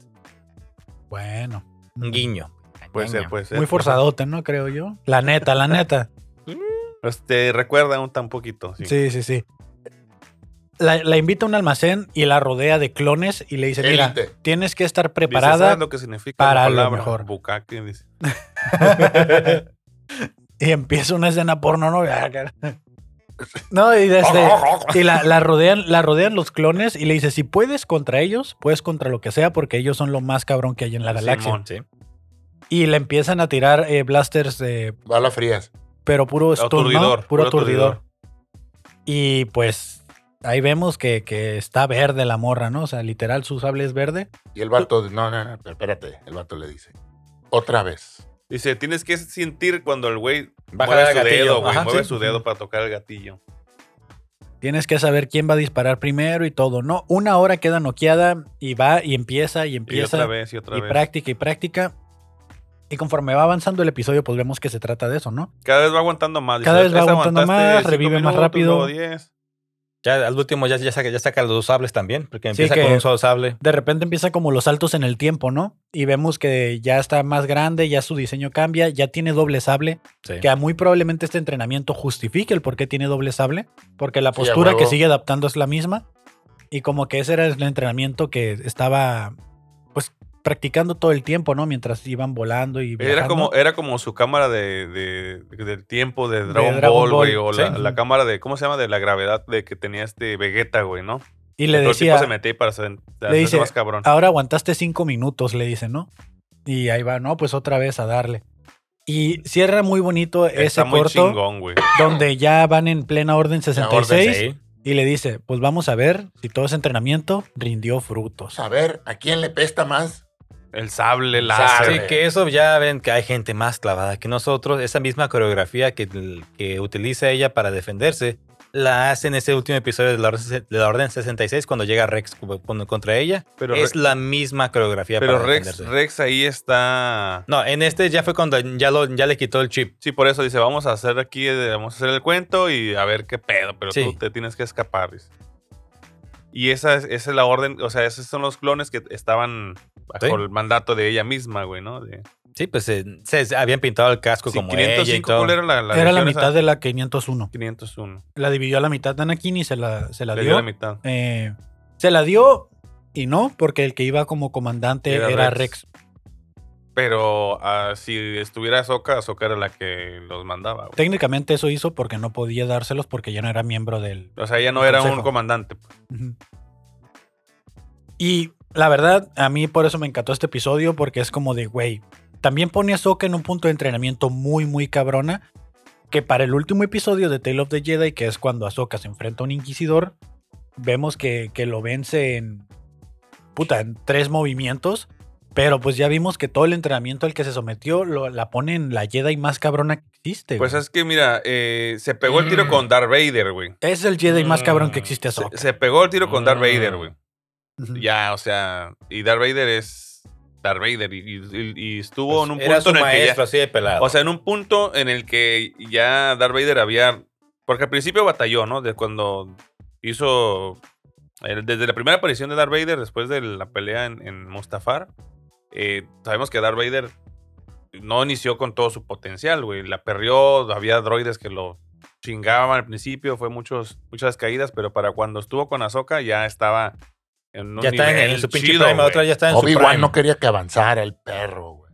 Speaker 3: Bueno.
Speaker 2: Un guiño.
Speaker 1: Puede ser,
Speaker 2: Ñaño.
Speaker 1: puede ser.
Speaker 3: Muy forzadote, ¿no? Creo yo. La neta, la neta.
Speaker 1: Este, recuerda un tan poquito. Sí.
Speaker 3: Sí, sí, sí. La, la invita a un almacén y la rodea de clones y le dice, mira,
Speaker 4: Élite.
Speaker 3: tienes que estar
Speaker 1: Dice,
Speaker 3: preparada.
Speaker 1: ¿sabes lo que significa
Speaker 3: para
Speaker 1: la
Speaker 3: lo
Speaker 1: palabra?
Speaker 3: mejor.
Speaker 1: Bucaque, dice.
Speaker 3: y empieza una escena porno, ¿no? Ah, cara. No, y desde. Y la, la rodean, la rodean los clones y le dice: Si puedes contra ellos, puedes contra lo que sea, porque ellos son lo más cabrón que hay en la galaxia.
Speaker 1: Simón.
Speaker 2: Sí.
Speaker 3: Y le empiezan a tirar eh, blasters, eh,
Speaker 4: Balas frías.
Speaker 3: pero puro stun, ¿no?
Speaker 1: Aturdidor,
Speaker 3: Puro
Speaker 1: puro
Speaker 3: aturdidor.
Speaker 1: aturdidor.
Speaker 3: Y pues ahí vemos que, que está verde la morra, ¿no? O sea, literal, su sable es verde.
Speaker 4: Y el vato. No, no, no, espérate. El vato le dice. Otra vez.
Speaker 1: Dice, tienes que sentir cuando el güey
Speaker 2: Baja
Speaker 1: mueve
Speaker 2: el
Speaker 1: su
Speaker 2: gatillo.
Speaker 1: dedo, güey.
Speaker 2: Ajá,
Speaker 1: mueve
Speaker 2: sí.
Speaker 1: su dedo para tocar el gatillo.
Speaker 3: Tienes que saber quién va a disparar primero y todo, ¿no? Una hora queda noqueada y va y empieza y
Speaker 1: Y otra
Speaker 3: empieza.
Speaker 1: vez, y otra
Speaker 3: y
Speaker 1: vez.
Speaker 3: práctica y práctica. Y conforme va avanzando el episodio, pues vemos que se trata de eso, ¿no?
Speaker 1: Cada vez va aguantando más.
Speaker 3: Cada
Speaker 1: dice,
Speaker 3: vez va
Speaker 1: "Esta
Speaker 3: aguantando
Speaker 1: aguantaste
Speaker 3: más,
Speaker 1: cinco
Speaker 3: revive más
Speaker 1: minutos,
Speaker 3: rápido".
Speaker 1: luego diez".
Speaker 2: Ya al último ya, ya, saca, ya saca los dos sables también, porque
Speaker 3: Sí,
Speaker 2: empieza
Speaker 3: que-
Speaker 2: con un solo sable.
Speaker 3: De repente empieza como los saltos en el tiempo, ¿no? Y vemos que ya está más grande, ya su diseño cambia, ya tiene doble sable,
Speaker 2: Sí.
Speaker 3: que muy probablemente este entrenamiento justifique el por qué tiene doble sable, porque la
Speaker 4: Sí, a
Speaker 3: postura que
Speaker 4: huevo.
Speaker 3: sigue adaptando es la misma. Y como que ese era el entrenamiento que estaba, pues, practicando todo el tiempo, ¿no? Mientras iban volando y
Speaker 1: Era
Speaker 3: viajando.
Speaker 1: como, era como su cámara de, de- del tiempo de
Speaker 3: De
Speaker 1: Dragon,
Speaker 3: Dragon
Speaker 1: Ball, güey.
Speaker 3: Ball,
Speaker 1: O la,
Speaker 3: sí.
Speaker 1: la cámara de, ¿cómo se llama? De la gravedad de que tenía este Vegeta, güey, ¿no?
Speaker 3: y le
Speaker 1: Todo el tiempo
Speaker 3: decía,
Speaker 1: se metía para ser, para hacerse
Speaker 3: le dice,
Speaker 1: más cabrón.
Speaker 3: ahora aguantaste cinco minutos, le dice, ¿no? Y ahí va, no, pues otra vez a darle. Y cierra muy bonito
Speaker 1: Está
Speaker 3: ese
Speaker 1: muy
Speaker 3: corto
Speaker 1: chingón, güey.
Speaker 3: donde ya van en plena Orden 66
Speaker 2: Sí.
Speaker 3: y le dice, pues vamos a ver si todo ese entrenamiento rindió frutos.
Speaker 4: A ver, ¿a quién le pesta más?
Speaker 1: El sable,
Speaker 4: El
Speaker 1: láser.
Speaker 4: sable.
Speaker 2: Sí, que eso ya ven que hay gente más clavada que nosotros. Esa misma coreografía que, que utiliza ella para defenderse la hace en ese último episodio de la, Orden- de la Orden 66 cuando llega Rex con- contra ella.
Speaker 1: Pero,
Speaker 2: es
Speaker 1: Re-
Speaker 2: la misma coreografía
Speaker 1: pero
Speaker 2: para
Speaker 1: Rex,
Speaker 2: defenderse.
Speaker 1: Rex ahí está.
Speaker 2: No, en este ya fue cuando ya, lo, ya le quitó el chip.
Speaker 1: Sí, por eso dice, vamos a hacer aquí, eh, vamos a hacer el cuento y a ver qué pedo, pero
Speaker 2: Sí.
Speaker 1: tú te tienes que escapar. dice. Y esa es, esa es la orden, o sea, esos son los clones que estaban bajo
Speaker 2: Sí.
Speaker 1: el mandato de ella misma, güey, ¿no? De,
Speaker 2: Sí, pues eh, se, se habían pintado el casco
Speaker 1: Sí,
Speaker 2: como ella y
Speaker 1: 505,
Speaker 2: todo.
Speaker 1: ¿cuál era la, la
Speaker 3: era la
Speaker 1: versión esa?
Speaker 3: mitad de la 501.
Speaker 1: 501.
Speaker 3: La dividió a la mitad Anakin y se la, se la
Speaker 1: Le
Speaker 3: dio.
Speaker 1: dio la mitad.
Speaker 3: Eh, se la dio y no, porque el que iba como comandante
Speaker 1: Era
Speaker 3: era,
Speaker 1: Rex.
Speaker 3: Rex.
Speaker 1: Pero ah, si estuviera Ahsoka, Ahsoka era la que los mandaba, güey.
Speaker 3: Técnicamente eso hizo porque no podía dárselos porque ya no era miembro del...
Speaker 1: O sea, ella no
Speaker 3: El
Speaker 1: era un
Speaker 3: consejo.
Speaker 1: comandante. pues.
Speaker 3: Ujú. Y la verdad, a mí por eso me encantó este episodio porque es como de, güey, también pone a Soka en un punto de entrenamiento muy, muy cabrona. Que para el último episodio de Tale of the Jedi, que es cuando Ahsoka se enfrenta a un inquisidor, vemos que, que lo vence en, puta, en tres movimientos. Pero pues ya vimos que todo el entrenamiento al que se sometió lo- la pone en la Jedi más cabrona que existe.
Speaker 1: Pues
Speaker 3: güey.
Speaker 1: es que, mira, eh, se pegó el tiro
Speaker 2: Mm.
Speaker 1: con Darth Vader, güey.
Speaker 3: es, el Jedi más cabrón que
Speaker 2: Mm,
Speaker 3: existe
Speaker 1: Se,
Speaker 3: Ahsoka.
Speaker 1: se pegó el tiro con Darth Vader,
Speaker 2: Mm.
Speaker 1: güey.
Speaker 3: Ujú.
Speaker 1: Ya, o sea, y Darth Vader es Darth Vader y, y- y estuvo en un
Speaker 2: Pues, era
Speaker 1: punto en
Speaker 2: su
Speaker 1: el
Speaker 2: maestro
Speaker 1: que
Speaker 2: así de
Speaker 1: ya,
Speaker 2: pelado.
Speaker 1: o sea, en un punto en el que ya Darth Vader había porque al principio batalló, ¿no? De cuando hizo el- desde la primera aparición de Darth Vader después de la pelea en, en Mustafar, eh, sabemos que Darth Vader no inició con todo su potencial, güey, la perrió, había droides que lo chingaban al principio, fue muchos muchas caídas, pero para cuando estuvo con Ahsoka ya estaba en un
Speaker 2: ya está en,
Speaker 1: nivel
Speaker 2: en su pinche
Speaker 1: chido,
Speaker 2: prime, la
Speaker 1: güey.
Speaker 2: otra ya está en su prime.
Speaker 4: Obi-Wan no quería que avanzara el perro, güey.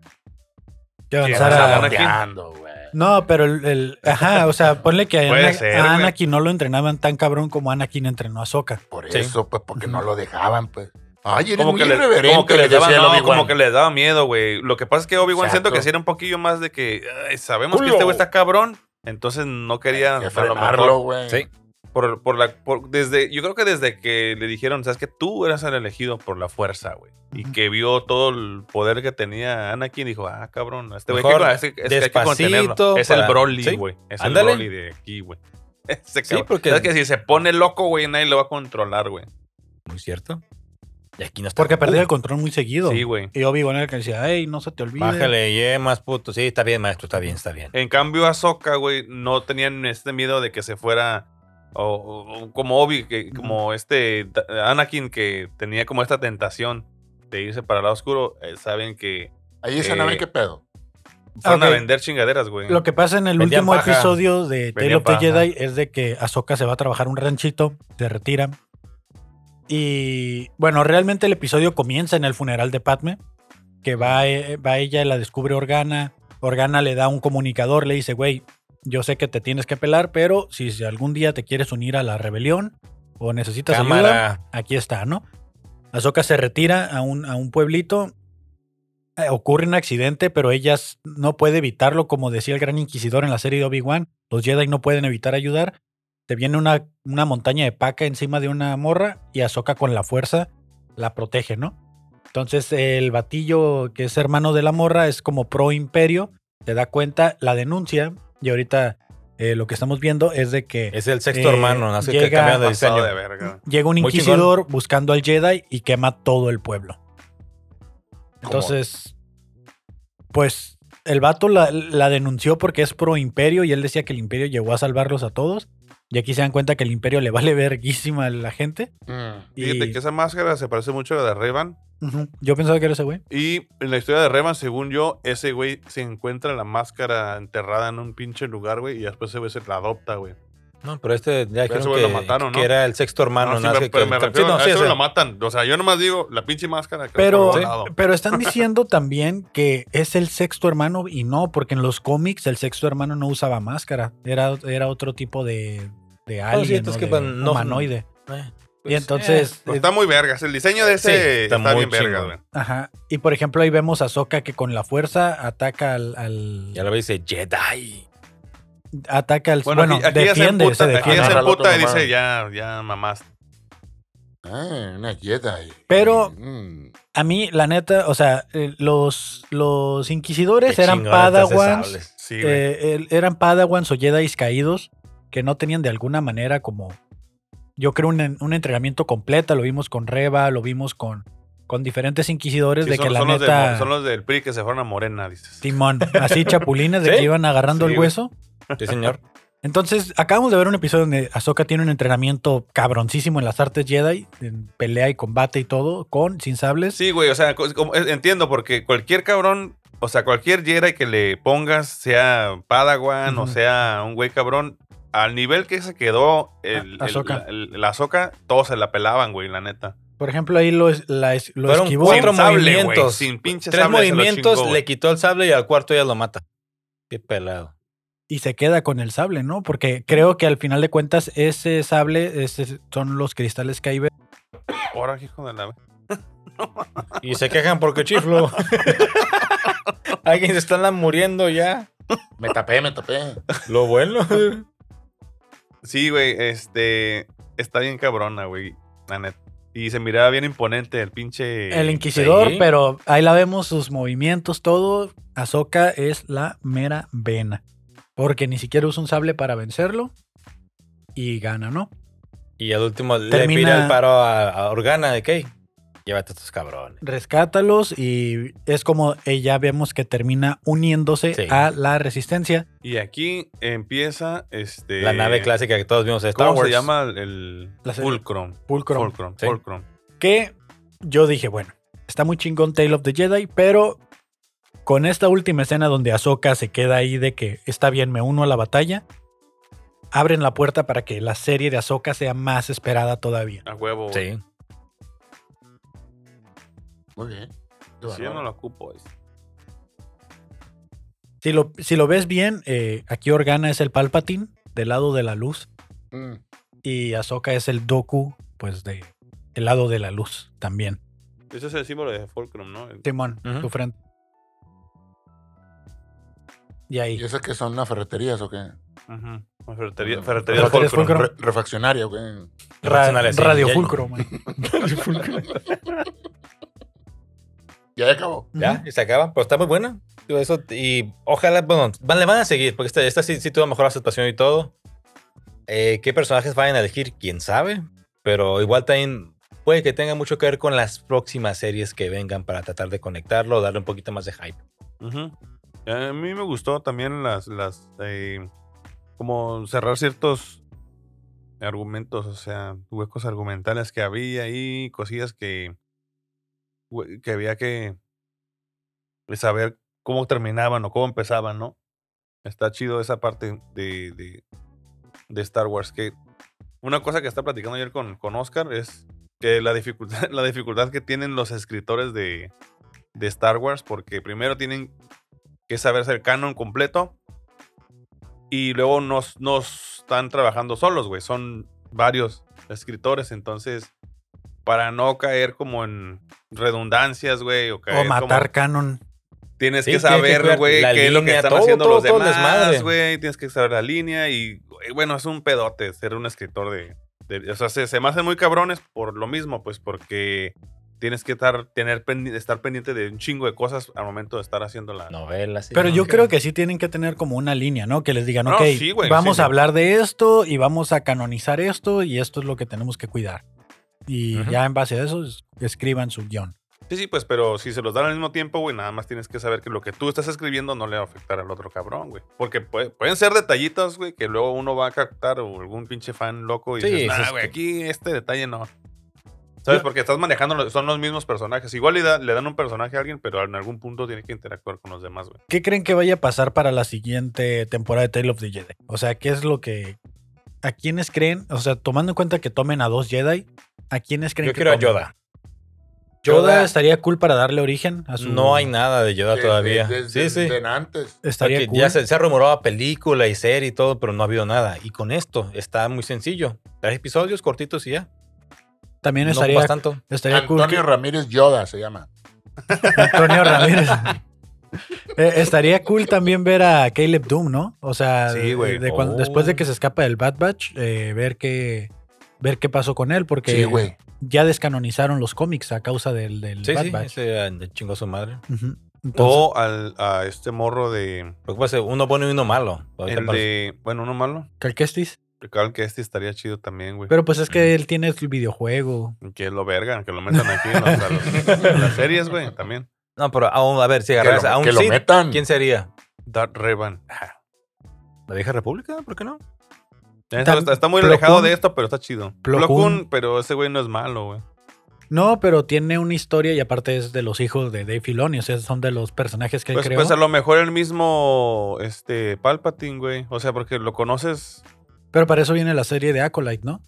Speaker 3: Que
Speaker 1: Sí, o
Speaker 3: avanzara-
Speaker 1: sea,
Speaker 4: Estaba
Speaker 1: Anakin.
Speaker 4: boteando, güey.
Speaker 3: No, pero el, el- ajá, o sea, ponle que a,
Speaker 1: Puede
Speaker 3: Ana-
Speaker 1: ser,
Speaker 3: a
Speaker 1: güey.
Speaker 3: Anakin no lo entrenaban tan cabrón como Anakin entrenó a Sokka.
Speaker 4: Por
Speaker 2: Sí.
Speaker 4: eso, pues, porque no lo dejaban, pues. Ay, eres
Speaker 1: como
Speaker 4: muy
Speaker 1: que, le,
Speaker 4: irreverente,
Speaker 1: como que
Speaker 4: le
Speaker 1: les daba,
Speaker 4: decía el
Speaker 1: no,
Speaker 4: Obi-Wan.
Speaker 1: como que les daba miedo, güey. Lo que pasa es que Obi-Wan siento
Speaker 4: Exacto.
Speaker 1: que sí era un poquillo más de que "Ay, sabemos que
Speaker 4: Culo.
Speaker 1: este güey está cabrón, entonces no quería
Speaker 4: Que
Speaker 1: a lo mejor,
Speaker 4: frenarlo, güey.
Speaker 2: Sí.
Speaker 1: por, por la por- desde yo creo que desde que le dijeron, sabes que tú eras el elegido por la fuerza, güey, y
Speaker 3: Ujú.
Speaker 1: que vio todo el poder que tenía Anakin dijo, "Ah, cabrón, a este güey
Speaker 2: Mejor
Speaker 1: que, este- este que hay que contenerlo".
Speaker 2: despacito
Speaker 1: Es el
Speaker 2: para-
Speaker 1: Broly,
Speaker 2: sí,
Speaker 1: güey. Es
Speaker 2: ándale.
Speaker 1: el Broly de aquí, güey. Ese
Speaker 2: Sí,
Speaker 1: cabrón.
Speaker 2: porque-
Speaker 1: Sabes que si se pone loco, güey, nadie lo va a controlar, güey.
Speaker 2: Muy cierto. Y aquí no está.
Speaker 3: Porque perdía el
Speaker 2: Uh,
Speaker 3: control muy seguido.
Speaker 1: Sí, güey.
Speaker 3: y Obi-Wan era el que decía, hey, no se te olvide.
Speaker 2: Bájale, yemas, puto. Sí, está bien, maestro, está bien, está bien.
Speaker 1: En cambio, Ahsoka, güey, no tenían este miedo de que se fuera. O, o- o como Obi, que, como este da- Anakin, que tenía como esta tentación de irse para el lado oscuro. eh, saben que
Speaker 4: Ahí esa
Speaker 1: Eh,
Speaker 4: nave, ¿qué pedo?
Speaker 1: fueron
Speaker 3: Ok.
Speaker 1: a vender chingaderas, güey.
Speaker 3: Lo que pasa en el
Speaker 2: Vendían
Speaker 3: último
Speaker 2: paja.
Speaker 3: episodio de Tale
Speaker 1: Vendían
Speaker 3: of the
Speaker 1: paja.
Speaker 3: Jedi es de que Ahsoka se va a trabajar un ranchito, se retira. Y bueno, realmente el episodio comienza en el funeral de Padme, que va, eh, va ella, la descubre Organa. Organa le da un comunicador, le dice, güey, yo sé que te tienes que pelar, pero si si algún día te quieres unir a la rebelión o necesitas ayuda,
Speaker 2: Cámara.
Speaker 3: aquí está, ¿no? Ahsoka se retira a un, a un pueblito. Eh, ocurre un accidente, pero ella s- no puede evitarlo, como decía el gran inquisidor en la serie de Obi-Wan. Los Jedi no pueden evitar ayudar. Se viene una, una montaña de paca encima de una morra y Ahsoka con la fuerza la protege, ¿no? Entonces el batillo que es hermano de la morra es como pro imperio, se da cuenta, la denuncia y ahorita eh, lo que estamos viendo es de que
Speaker 2: Es el sexto
Speaker 3: Eh,
Speaker 2: hermano, así que
Speaker 3: llega-
Speaker 2: cambiaron de
Speaker 1: Pasado
Speaker 2: diseño.
Speaker 1: de verga.
Speaker 3: Llega un
Speaker 2: Muy
Speaker 3: inquisidor buscando al Jedi y quema todo el pueblo.
Speaker 4: ¿Cómo?
Speaker 3: Entonces, pues el vato la, la denunció porque es pro imperio y él decía que el imperio llegó a salvarlos a todos. Y aquí se dan cuenta que el imperio le vale verguísima a la gente.
Speaker 4: Mm.
Speaker 3: Y,
Speaker 1: Fíjate que esa máscara se parece mucho a la de Revan.
Speaker 3: Ujú, Yo pensaba que era ese güey.
Speaker 1: Y en la historia de Revan, según yo, ese güey se encuentra la máscara enterrada en un pinche lugar, güey, y después ese güey se la adopta, güey.
Speaker 2: No, pero este ya
Speaker 1: Pero ese
Speaker 2: dijeron
Speaker 1: güey
Speaker 2: que,
Speaker 1: lo mataron, ¿no?
Speaker 2: que era el sexto hermano.
Speaker 1: No, Ah, sí,
Speaker 2: nada más
Speaker 1: me-
Speaker 2: que-
Speaker 1: pero
Speaker 2: que-
Speaker 1: me
Speaker 2: Ah, sí,
Speaker 1: refiero
Speaker 2: no,
Speaker 1: a
Speaker 2: sí,
Speaker 1: eso
Speaker 2: o sea,
Speaker 1: lo matan. O sea, yo nomás digo la pinche máscara. que
Speaker 3: Pero,
Speaker 1: por un lado.
Speaker 3: pero están diciendo también que es el sexto hermano y no, porque en los cómics el sexto hermano no usaba máscara. Era, era otro tipo de, de alien,
Speaker 2: sí,
Speaker 3: ¿no?
Speaker 2: entonces que
Speaker 3: De
Speaker 2: van- no-
Speaker 3: humanoide.
Speaker 2: eh,
Speaker 3: y
Speaker 2: pues, eh,
Speaker 3: entonces,
Speaker 1: Pero
Speaker 3: eh,
Speaker 1: está muy vergas. El diseño de ese
Speaker 2: Sí, está
Speaker 1: está,
Speaker 2: muy
Speaker 1: bien vergas,
Speaker 2: chingón.
Speaker 1: güey.
Speaker 3: ajá. Y por ejemplo, ahí vemos a Soka que con la fuerza ataca al, al-
Speaker 2: ya lo veis, dice Jedi.
Speaker 3: ataca al bueno,
Speaker 1: Bueno, aquí- aquí, ya se
Speaker 3: defiende,
Speaker 1: emputa,
Speaker 3: se
Speaker 1: aquí ya
Speaker 3: defiende.
Speaker 1: se
Speaker 4: Agarra al otro
Speaker 1: emputa y
Speaker 4: nomás.
Speaker 1: dice, ya, ya mamás.
Speaker 4: Ah, una Jedi.
Speaker 3: Pero-
Speaker 4: Mm.
Speaker 3: A mí, la neta, o sea, eh, los, los inquisidores
Speaker 2: Qué
Speaker 3: eran
Speaker 1: este
Speaker 2: chingón está ese
Speaker 3: padawans.
Speaker 2: sable.
Speaker 1: Sí, güey.
Speaker 3: eh, el- eran padawans o jedis caídos que no tenían de alguna manera como, yo creo, un, en- un entrenamiento completa. Lo vimos con Reba, lo vimos con, con diferentes inquisidores
Speaker 1: Sí,
Speaker 3: de
Speaker 1: son,
Speaker 3: que la
Speaker 1: son los de-
Speaker 3: neta,
Speaker 1: son los del PRI que se fueron a Morena, dices.
Speaker 3: Timón, así chapulines de
Speaker 2: ¿Sí?
Speaker 3: que iban agarrando
Speaker 1: Sí,
Speaker 3: el
Speaker 1: güey.
Speaker 3: hueso.
Speaker 2: Sí, señor.
Speaker 3: Entonces, acabamos de ver un episodio donde Ahsoka tiene un entrenamiento cabroncísimo en las artes Jedi, en pelea y combate y todo, con, sin sables.
Speaker 1: Sí, güey, o sea, co- como- eh, entiendo, porque cualquier cabrón, o sea, cualquier Jedi que le pongas, sea Padawan o
Speaker 3: Ujú.
Speaker 1: sea un güey cabrón, al nivel que se quedó el,
Speaker 3: A-
Speaker 1: el-
Speaker 3: Ahsoka.
Speaker 1: la- el- la Ahsoka, todos se la pelaban, güey, la neta.
Speaker 3: Por ejemplo, ahí lo, es- la es- lo
Speaker 2: Fueron
Speaker 3: esquivó.
Speaker 2: cuatro
Speaker 1: Sin sable, güey,
Speaker 2: movimientos.
Speaker 1: sin pinche
Speaker 2: Tres
Speaker 1: sable se lo
Speaker 2: movimientos,
Speaker 1: chingó,
Speaker 2: le
Speaker 1: güey.
Speaker 2: quitó el sable y al cuarto ya lo mata. Qué pelado.
Speaker 3: y se queda con el sable, ¿no? Porque creo que al final de cuentas ese sable ese son los cristales que ahí ve.
Speaker 1: Ahora, hijo de la...
Speaker 2: Y se quejan porque chiflo. Alguien se está la- muriendo ya.
Speaker 4: Me tapé, me tapé.
Speaker 2: Lo bueno.
Speaker 1: Sí, güey, este. Está bien cabrona, güey. La neta. Y se miraba bien imponente el pinche.
Speaker 3: El inquisidor,
Speaker 2: sí.
Speaker 3: pero ahí la vemos sus movimientos, todo. Ahsoka es la mera vena. Porque ni siquiera usa un sable para vencerlo y gana, ¿no?
Speaker 2: Y al último le
Speaker 3: Termina-
Speaker 2: pide el paro a, a Organa de que llévate a estos cabrones.
Speaker 3: Rescátalos y es como ella vemos que termina uniéndose
Speaker 2: Sí.
Speaker 3: a la resistencia.
Speaker 1: Y aquí empieza este.
Speaker 2: La nave clásica que todos vimos de Star
Speaker 1: ¿Cómo
Speaker 2: Wars.
Speaker 1: se llama el- el.
Speaker 3: La serie.
Speaker 1: Fulcrum.
Speaker 3: Pulcro.
Speaker 1: Fulcrum.
Speaker 2: Sí.
Speaker 1: Fulcrum.
Speaker 3: que yo dije, bueno, está muy chingón Tale of the Jedi, pero con esta última escena donde Ahsoka se queda ahí de que está bien, me uno a la batalla, abren la puerta para que la serie de Ahsoka sea más esperada todavía.
Speaker 1: A huevo. güey.
Speaker 2: Sí.
Speaker 4: Muy bien. Qué
Speaker 1: Si yo
Speaker 4: bárbaro.
Speaker 1: no lo ocupo. es-
Speaker 3: Si lo, si lo ves bien, eh, aquí Organa es el Palpatine del lado de la luz
Speaker 4: Mm.
Speaker 3: y Ahsoka es el Doku, pues de el lado de la luz también.
Speaker 1: Ese es el símbolo de Fulcrum, ¿no? El-
Speaker 3: Timón,
Speaker 2: Ujú.
Speaker 3: tu frente. Y ahí.
Speaker 4: ¿Y esas que son las ferreterías o qué?
Speaker 1: Ujú. Ferretería,
Speaker 4: Ah.
Speaker 1: ferretería
Speaker 3: Ferretería
Speaker 1: Fulcrum.
Speaker 3: Fulcrum.
Speaker 4: Re- ¿Refaccionaria o qué?
Speaker 3: Ra-
Speaker 2: Personales, sí.
Speaker 3: Radio
Speaker 2: Ya-
Speaker 3: Fulcro, man.
Speaker 4: Ya acabó.
Speaker 2: Ya,
Speaker 3: Ujú.
Speaker 2: y se acaba. Pero está muy buena. Digo, Eso, y ojalá, bueno, van, le van a seguir, porque esta, esta sí, sí tuvo mejor aceptación y todo. Eh, ¿Qué personajes vayan a elegir? ¿Quién sabe? Pero igual también puede que tenga mucho que ver con las próximas series que vengan para tratar de conectarlo, darle un poquito más de hype.
Speaker 1: Ujú. A mí me gustó también las. las eh, como cerrar ciertos argumentos, o sea, huecos argumentales que había ahí, cosillas que. hue- que había que. pues, saber cómo terminaban o cómo empezaban, ¿no? Está chido esa parte de. de, de Star Wars. Que una cosa que está platicando ayer con, con Oscar es que la dificultad, la dificultad que tienen los escritores de, de Star Wars, porque primero tienen que saberse el canon completo y luego nos, nos están trabajando solos, güey. Son varios escritores, entonces para no caer como en redundancias, güey, o
Speaker 3: O
Speaker 1: caer
Speaker 3: matar
Speaker 1: como-
Speaker 3: canon.
Speaker 1: Tienes
Speaker 2: Sí,
Speaker 1: que
Speaker 2: tienes que
Speaker 1: saber,
Speaker 2: cuidar
Speaker 1: güey,
Speaker 2: la
Speaker 1: qué es lo que
Speaker 2: línea,
Speaker 1: están
Speaker 2: todo,
Speaker 1: haciendo los
Speaker 2: todo, todo el
Speaker 1: demás,
Speaker 2: desmadre.
Speaker 1: güey. Tienes que saber la línea y, güey, bueno, es un pedote ser un escritor de... de- o sea, se, se me hacen muy cabrones por lo mismo, pues, porque tienes que estar, tener, pendi- estar pendiente de un chingo de cosas al momento de estar haciendo la...
Speaker 2: Novelas. y-
Speaker 3: Pero yo
Speaker 2: Ok.
Speaker 3: creo que sí tienen que tener como una línea, ¿no? Que les digan,
Speaker 1: No,
Speaker 3: ok,
Speaker 1: sí, güey,
Speaker 3: vamos
Speaker 1: sí,
Speaker 3: a
Speaker 1: sí.
Speaker 3: hablar de esto y vamos a canonizar esto y esto es lo que tenemos que cuidar. Y
Speaker 2: Ujú.
Speaker 3: ya en base a eso es- escriban su guión.
Speaker 1: Sí, sí, pues, pero si se los dan al mismo tiempo, güey, nada más tienes que saber que lo que tú estás escribiendo no le va a afectar al otro cabrón, güey. Porque puede- pueden ser detallitos, güey, que luego uno va a captar o algún pinche fan loco y
Speaker 2: Sí,
Speaker 1: dices,
Speaker 2: eso
Speaker 1: nah,
Speaker 2: es
Speaker 1: güey,
Speaker 2: que-
Speaker 1: aquí este detalle no. ¿Sabes? Porque estás manejando, los- son los mismos personajes. Igual le, da- le dan un personaje a alguien, pero en algún punto tiene que interactuar con los demás, güey.
Speaker 3: ¿Qué creen que vaya a pasar para la siguiente temporada de Tale of the Jedi? O sea, ¿qué es lo que ¿a quiénes creen? O sea, tomando en cuenta que tomen a dos Jedi, ¿a quiénes creen
Speaker 2: Yo
Speaker 3: que
Speaker 2: quiero a
Speaker 3: tomen?
Speaker 2: Yoda.
Speaker 3: Yoda.
Speaker 2: Yoda
Speaker 3: estaría cool para darle origen a su.
Speaker 2: No hay nada de Yoda
Speaker 4: Desde-
Speaker 2: todavía.
Speaker 4: Desde,
Speaker 2: sí, sí.
Speaker 4: desde antes.
Speaker 3: Estaría
Speaker 2: Porque
Speaker 3: cool.
Speaker 2: Ya se, se ha rumorado película y serie y todo, pero no ha habido nada. Y con esto está muy sencillo. Tres episodios cortitos y ya.
Speaker 3: También
Speaker 2: No
Speaker 3: estaría,
Speaker 2: ocupas tanto.
Speaker 3: estaría cool. que-
Speaker 4: Antonio Ramírez Yoda se llama.
Speaker 3: Antonio Ramírez. Eh, estaría cool también ver a Caleb Doom, ¿no? O sea,
Speaker 1: Sí, güey.
Speaker 3: de cuando-
Speaker 2: Oh.
Speaker 3: después de que se escapa del Bad Batch, eh, ver qué ver qué pasó con él, porque
Speaker 4: Sí, güey.
Speaker 3: ya descanonizaron los cómics a causa del, del
Speaker 2: Sí,
Speaker 3: Bad
Speaker 2: sí.
Speaker 3: Batch.
Speaker 2: Ese, eh, chingó a su madre.
Speaker 3: Ujú. Entonces,
Speaker 1: O al, a este morro de.
Speaker 2: Lo que pasa es que uno bueno y uno malo. Ahorita
Speaker 1: El
Speaker 2: para-
Speaker 1: de. Bueno, uno malo.
Speaker 3: Cal Kestis.
Speaker 1: Recalco que este estaría chido también, güey.
Speaker 3: Pero pues es que él tiene el videojuego.
Speaker 1: Que lo vergan, que lo metan aquí en, los- a los- en las series, güey, también.
Speaker 2: No, pero aún, a ver, si
Speaker 4: Que
Speaker 2: agarras
Speaker 4: lo,
Speaker 2: a un
Speaker 4: que lo
Speaker 2: Sith,
Speaker 4: metan.
Speaker 2: ¿quién sería?
Speaker 1: Darth Revan.
Speaker 2: ¿La vieja república? ¿Por qué no?
Speaker 1: Está, está- está muy
Speaker 3: Plo
Speaker 1: alejado
Speaker 3: Koon.
Speaker 1: de esto, pero está chido.
Speaker 3: Plo
Speaker 1: Plo
Speaker 3: Koon.
Speaker 1: Koon, pero ese güey no es malo, güey.
Speaker 3: No, pero tiene una historia y aparte es de los hijos de Dave Filoni, o sea, son de los personajes que él
Speaker 1: Pues,
Speaker 3: creó.
Speaker 1: pues a lo mejor el mismo este Palpatine, güey. O sea, porque lo conoces,
Speaker 3: Pero para eso viene la serie de Acolyte, ¿no?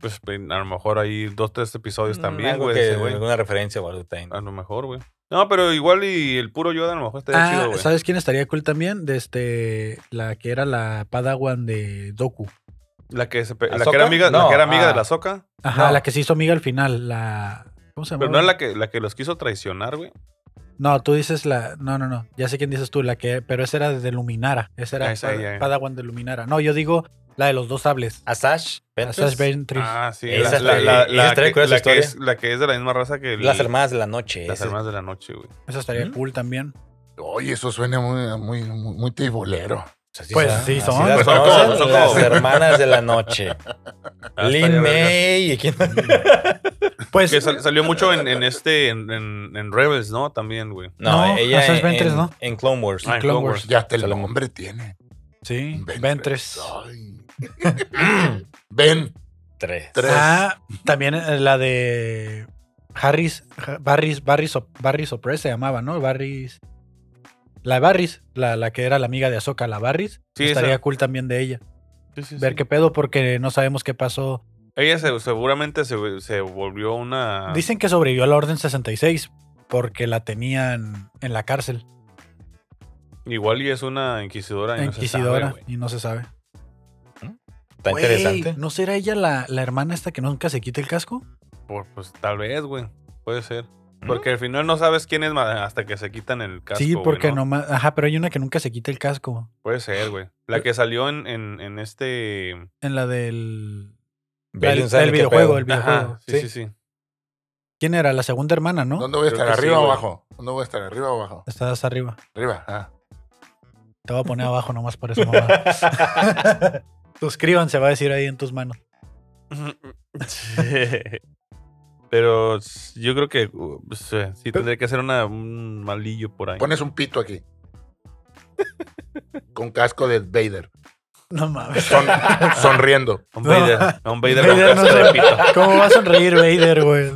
Speaker 1: pues a lo mejor hay dos, tres episodios
Speaker 2: Mm,
Speaker 1: Pues también,
Speaker 2: algo
Speaker 1: güey.
Speaker 2: que-
Speaker 1: ese güey. Ah.
Speaker 2: Alguna referencia o algo también.
Speaker 1: A lo mejor, güey. No, pero igual y el puro Yoda a lo mejor estaría
Speaker 3: Ah,
Speaker 1: chido, güey.
Speaker 3: ¿sabes quién estaría cool también? De este, la que era la Padawan de Doku.
Speaker 1: La que, se pe- la
Speaker 2: ¿Ahsoka?
Speaker 1: que era amiga, la
Speaker 2: No,
Speaker 1: que era amiga
Speaker 2: ah.
Speaker 1: de la Soca.
Speaker 3: Ajá,
Speaker 2: No.
Speaker 3: la que se hizo amiga al final, la ¿Cómo se llama?
Speaker 1: Pero no es la que, la que los quiso traicionar, güey.
Speaker 3: No, tú dices la No, no, no. Ya sé quién dices tú, la que pero esa era de Luminara, esa era
Speaker 1: Ah, esa,
Speaker 3: Pad-
Speaker 1: ya, ya.
Speaker 3: Padawan de Luminara. No, yo digo la de los dos sables.
Speaker 2: Asash, Ventress,
Speaker 3: Sash Ventress.
Speaker 1: Ah, sí.
Speaker 2: Esa
Speaker 1: la-
Speaker 2: es
Speaker 1: la-
Speaker 2: la-
Speaker 1: la-
Speaker 2: esa
Speaker 1: la
Speaker 2: estaría
Speaker 1: que-
Speaker 2: curiosa
Speaker 1: La que
Speaker 2: historia.
Speaker 1: es la que es de la misma raza que el-
Speaker 2: Las hermanas de la noche.
Speaker 1: las
Speaker 2: ese-
Speaker 1: hermanas de la noche, güey.
Speaker 3: Esa estaría
Speaker 2: ¿Mm?
Speaker 3: cool también.
Speaker 4: Oye, eso suena muy, muy, muy, muy tribolero.
Speaker 2: Así
Speaker 3: Pues
Speaker 2: son,
Speaker 3: sí,
Speaker 2: así
Speaker 3: son. Ah,
Speaker 2: las
Speaker 1: Pues son
Speaker 2: conocen,
Speaker 1: como- son
Speaker 2: las
Speaker 1: como-
Speaker 2: hermanas de la noche. Lin May. ¿y quién?
Speaker 3: Pues
Speaker 1: Que sal- salió mucho en, en este, en, en- en Rebels, ¿no? También, güey.
Speaker 2: No,
Speaker 3: No,
Speaker 2: ella
Speaker 3: Asash
Speaker 2: en,
Speaker 3: Ventress,
Speaker 2: en-
Speaker 3: ¿no?
Speaker 2: en Clone Wars.
Speaker 1: Ah, en
Speaker 3: Clone
Speaker 1: Clone
Speaker 3: Wars.
Speaker 1: Wars.
Speaker 4: Ya hasta el
Speaker 2: Sale muy-
Speaker 4: nombre tiene.
Speaker 3: sí,
Speaker 4: Ventress.
Speaker 3: Ventress.
Speaker 1: Oh.
Speaker 4: Ay. Ven.
Speaker 2: Tres.
Speaker 4: Tres.
Speaker 3: Ah, también eh, la de Harris, Ja- Barris, Barris, Op- Barris Opress se llamaba, ¿no? Barris. La Barris, la, la que era la amiga de Azoka, la Barris.
Speaker 1: Sí,
Speaker 3: estaría
Speaker 1: esa.
Speaker 3: cool también de ella.
Speaker 1: Sí, sí,
Speaker 3: Ver
Speaker 1: sí.
Speaker 3: qué pedo, porque no sabemos qué pasó.
Speaker 1: Ella se- seguramente se, se volvió una.
Speaker 3: Dicen que sobrevivió a la Orden 66 porque la tenían en la cárcel,
Speaker 1: Igual y es una inquisidora. y no se
Speaker 3: inquisidora,
Speaker 1: sabe, güey.
Speaker 3: y no se sabe.
Speaker 2: Está
Speaker 3: Güey,
Speaker 2: interesante.
Speaker 3: ¿No será ella la, la hermana esta que nunca se quita el casco?
Speaker 1: Por- pues tal vez, güey. Puede ser. Porque al final no sabes quién es ma- hasta que se quitan el casco.
Speaker 3: ¿Mm? sí,
Speaker 1: güey,
Speaker 3: porque
Speaker 1: ¿no?
Speaker 3: nomás. Ajá, pero hay una que nunca se quita el casco.
Speaker 1: Puede ser, güey.
Speaker 3: Eh,
Speaker 1: La que salió en, en, en este.
Speaker 3: En la del.
Speaker 2: Ve,
Speaker 3: el-
Speaker 2: no sabe
Speaker 3: el
Speaker 2: qué
Speaker 3: videojuego,
Speaker 2: pedo.
Speaker 3: el- videojuego,
Speaker 1: Ajá, sí,
Speaker 3: sí.
Speaker 1: sí, sí.
Speaker 3: ¿Quién era? La segunda hermana, ¿no?
Speaker 4: ¿Dónde voy a
Speaker 1: Creo
Speaker 4: estar?
Speaker 1: que sí,
Speaker 4: ¿Arriba o
Speaker 1: güey.
Speaker 4: abajo? ¿Dónde voy a estar? ¿Arriba o abajo?
Speaker 3: Estás arriba.
Speaker 4: Arriba. Ah.
Speaker 3: Te voy a poner abajo nomás por eso, mamá. Suscríbanse, va a decir ahí en tus manos.
Speaker 1: Pero s- yo creo que uh, pues, eh, sí tendría que hacer una, un malillo por ahí.
Speaker 4: Pones un pito aquí. Con casco de Vader.
Speaker 3: No mames.
Speaker 4: Son- sonriendo.
Speaker 1: Un Vader. Un Vader, con
Speaker 3: Vader no
Speaker 1: casco de
Speaker 3: se-
Speaker 1: pito.
Speaker 3: ¿Cómo va a sonreír Vader, güey?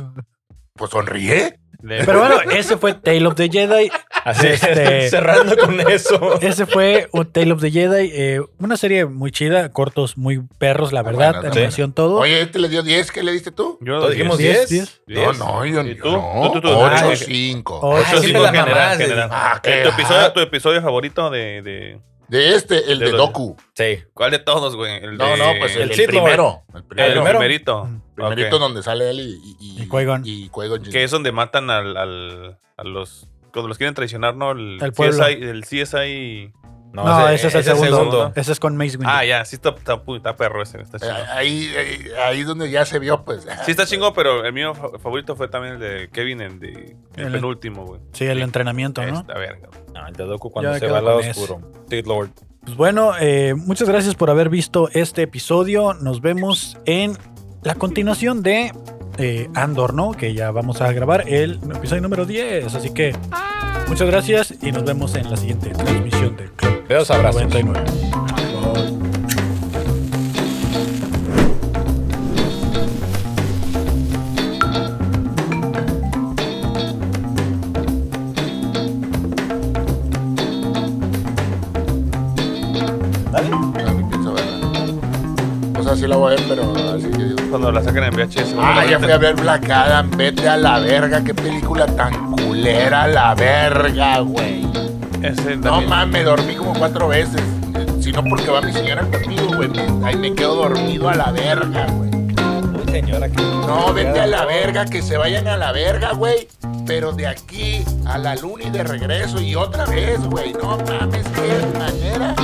Speaker 4: Pues sonríe.
Speaker 1: De-
Speaker 3: Pero bueno, ese fue Tale of the Jedi.
Speaker 2: Así
Speaker 3: Este-
Speaker 2: cerrando con eso.
Speaker 3: Ese fue un Tale of the Jedi. eh, una serie muy chida, cortos muy perros, la
Speaker 4: Está
Speaker 3: verdad.
Speaker 4: buena,
Speaker 2: está
Speaker 3: animación todo.
Speaker 4: Oye, este le dio 10. ¿Qué le diste tú?
Speaker 1: yo
Speaker 2: Todos dijimos
Speaker 1: diez.
Speaker 2: 10.
Speaker 3: diez.
Speaker 1: Diez.
Speaker 4: No, no, yo,
Speaker 1: ¿Y
Speaker 4: yo
Speaker 1: tú?
Speaker 4: no.
Speaker 1: Tú, tú, tú.
Speaker 4: Ocho,
Speaker 1: Ah,
Speaker 4: cinco.
Speaker 3: Ocho,
Speaker 1: Ocho,
Speaker 2: Ah, siempre
Speaker 1: cinco,
Speaker 2: la
Speaker 1: general,
Speaker 2: mamás,
Speaker 1: general.
Speaker 4: Ah, qué
Speaker 1: Eh, tu, episodio,
Speaker 4: gato.
Speaker 1: tu episodio favorito de, de-
Speaker 4: De este, el
Speaker 1: De
Speaker 4: de,
Speaker 1: los-
Speaker 4: Doku.
Speaker 2: Sí.
Speaker 1: ¿Cuál de todos, güey? El
Speaker 4: No,
Speaker 1: de-
Speaker 4: no, pues el,
Speaker 2: el
Speaker 4: el
Speaker 2: Sith Lord.
Speaker 4: primero. El
Speaker 1: el
Speaker 4: primero.
Speaker 2: primero.
Speaker 1: primerito.
Speaker 3: Mm.
Speaker 4: Primerito
Speaker 1: Ok.
Speaker 4: donde sale él y... Y,
Speaker 3: Y Qui-Gon.
Speaker 4: y Qui-Gon Jinn.
Speaker 1: Que es donde matan al, al- a los. Cuando los quieren traicionar, ¿no? El,
Speaker 3: Al pueblo.
Speaker 1: CSI. El CSI.
Speaker 3: no, ese es el segundo. Ese es con Mace Windu.
Speaker 1: Ah, ya, sí está, está, pu- está perro ese. Está
Speaker 4: Eh,
Speaker 1: chido.
Speaker 4: Ahí, ahí, ahí donde ya se vio, pues.
Speaker 1: Sí está chingo, pero el mío fa- favorito fue también el de Kevin, el de el
Speaker 3: El-
Speaker 1: penúltimo, güey.
Speaker 3: sí, el entrenamiento, ¿no?
Speaker 1: Esta verga.
Speaker 2: No, el de Doku cuando
Speaker 3: Ya
Speaker 2: se
Speaker 3: quedo
Speaker 2: va al lado
Speaker 3: con ese.
Speaker 2: oscuro. Sith Lord.
Speaker 3: Pues bueno, eh, muchas gracias por haber visto este episodio. Nos vemos en la continuación de eh, Andor, ¿no? Que ya vamos a grabar el episodio número 10. Así que muchas gracias y nos vemos en la siguiente transmisión de Club
Speaker 2: Besos, abrazos.
Speaker 3: 99.
Speaker 4: Dale. No, no pienso verla. esa sí la voy a ver, pero así que...
Speaker 1: Cuando la sacan en VHS.
Speaker 4: Ah,
Speaker 1: seguramente.
Speaker 4: ya fui a ver Black Adam. Vete a la verga. Qué película tan culera la verga, güey.
Speaker 1: Ese
Speaker 4: No
Speaker 1: también.
Speaker 4: mames, dormí como cuatro veces. Eh, Si no porque va mi señora conmigo, güey. me- Ahí me quedo dormido a la verga, güey.
Speaker 2: Uy, señora. que-
Speaker 4: No, vete a la verga, que se vayan a la verga, güey. Pero de aquí a la luna y de regreso y otra vez, güey. No mames, qué manera.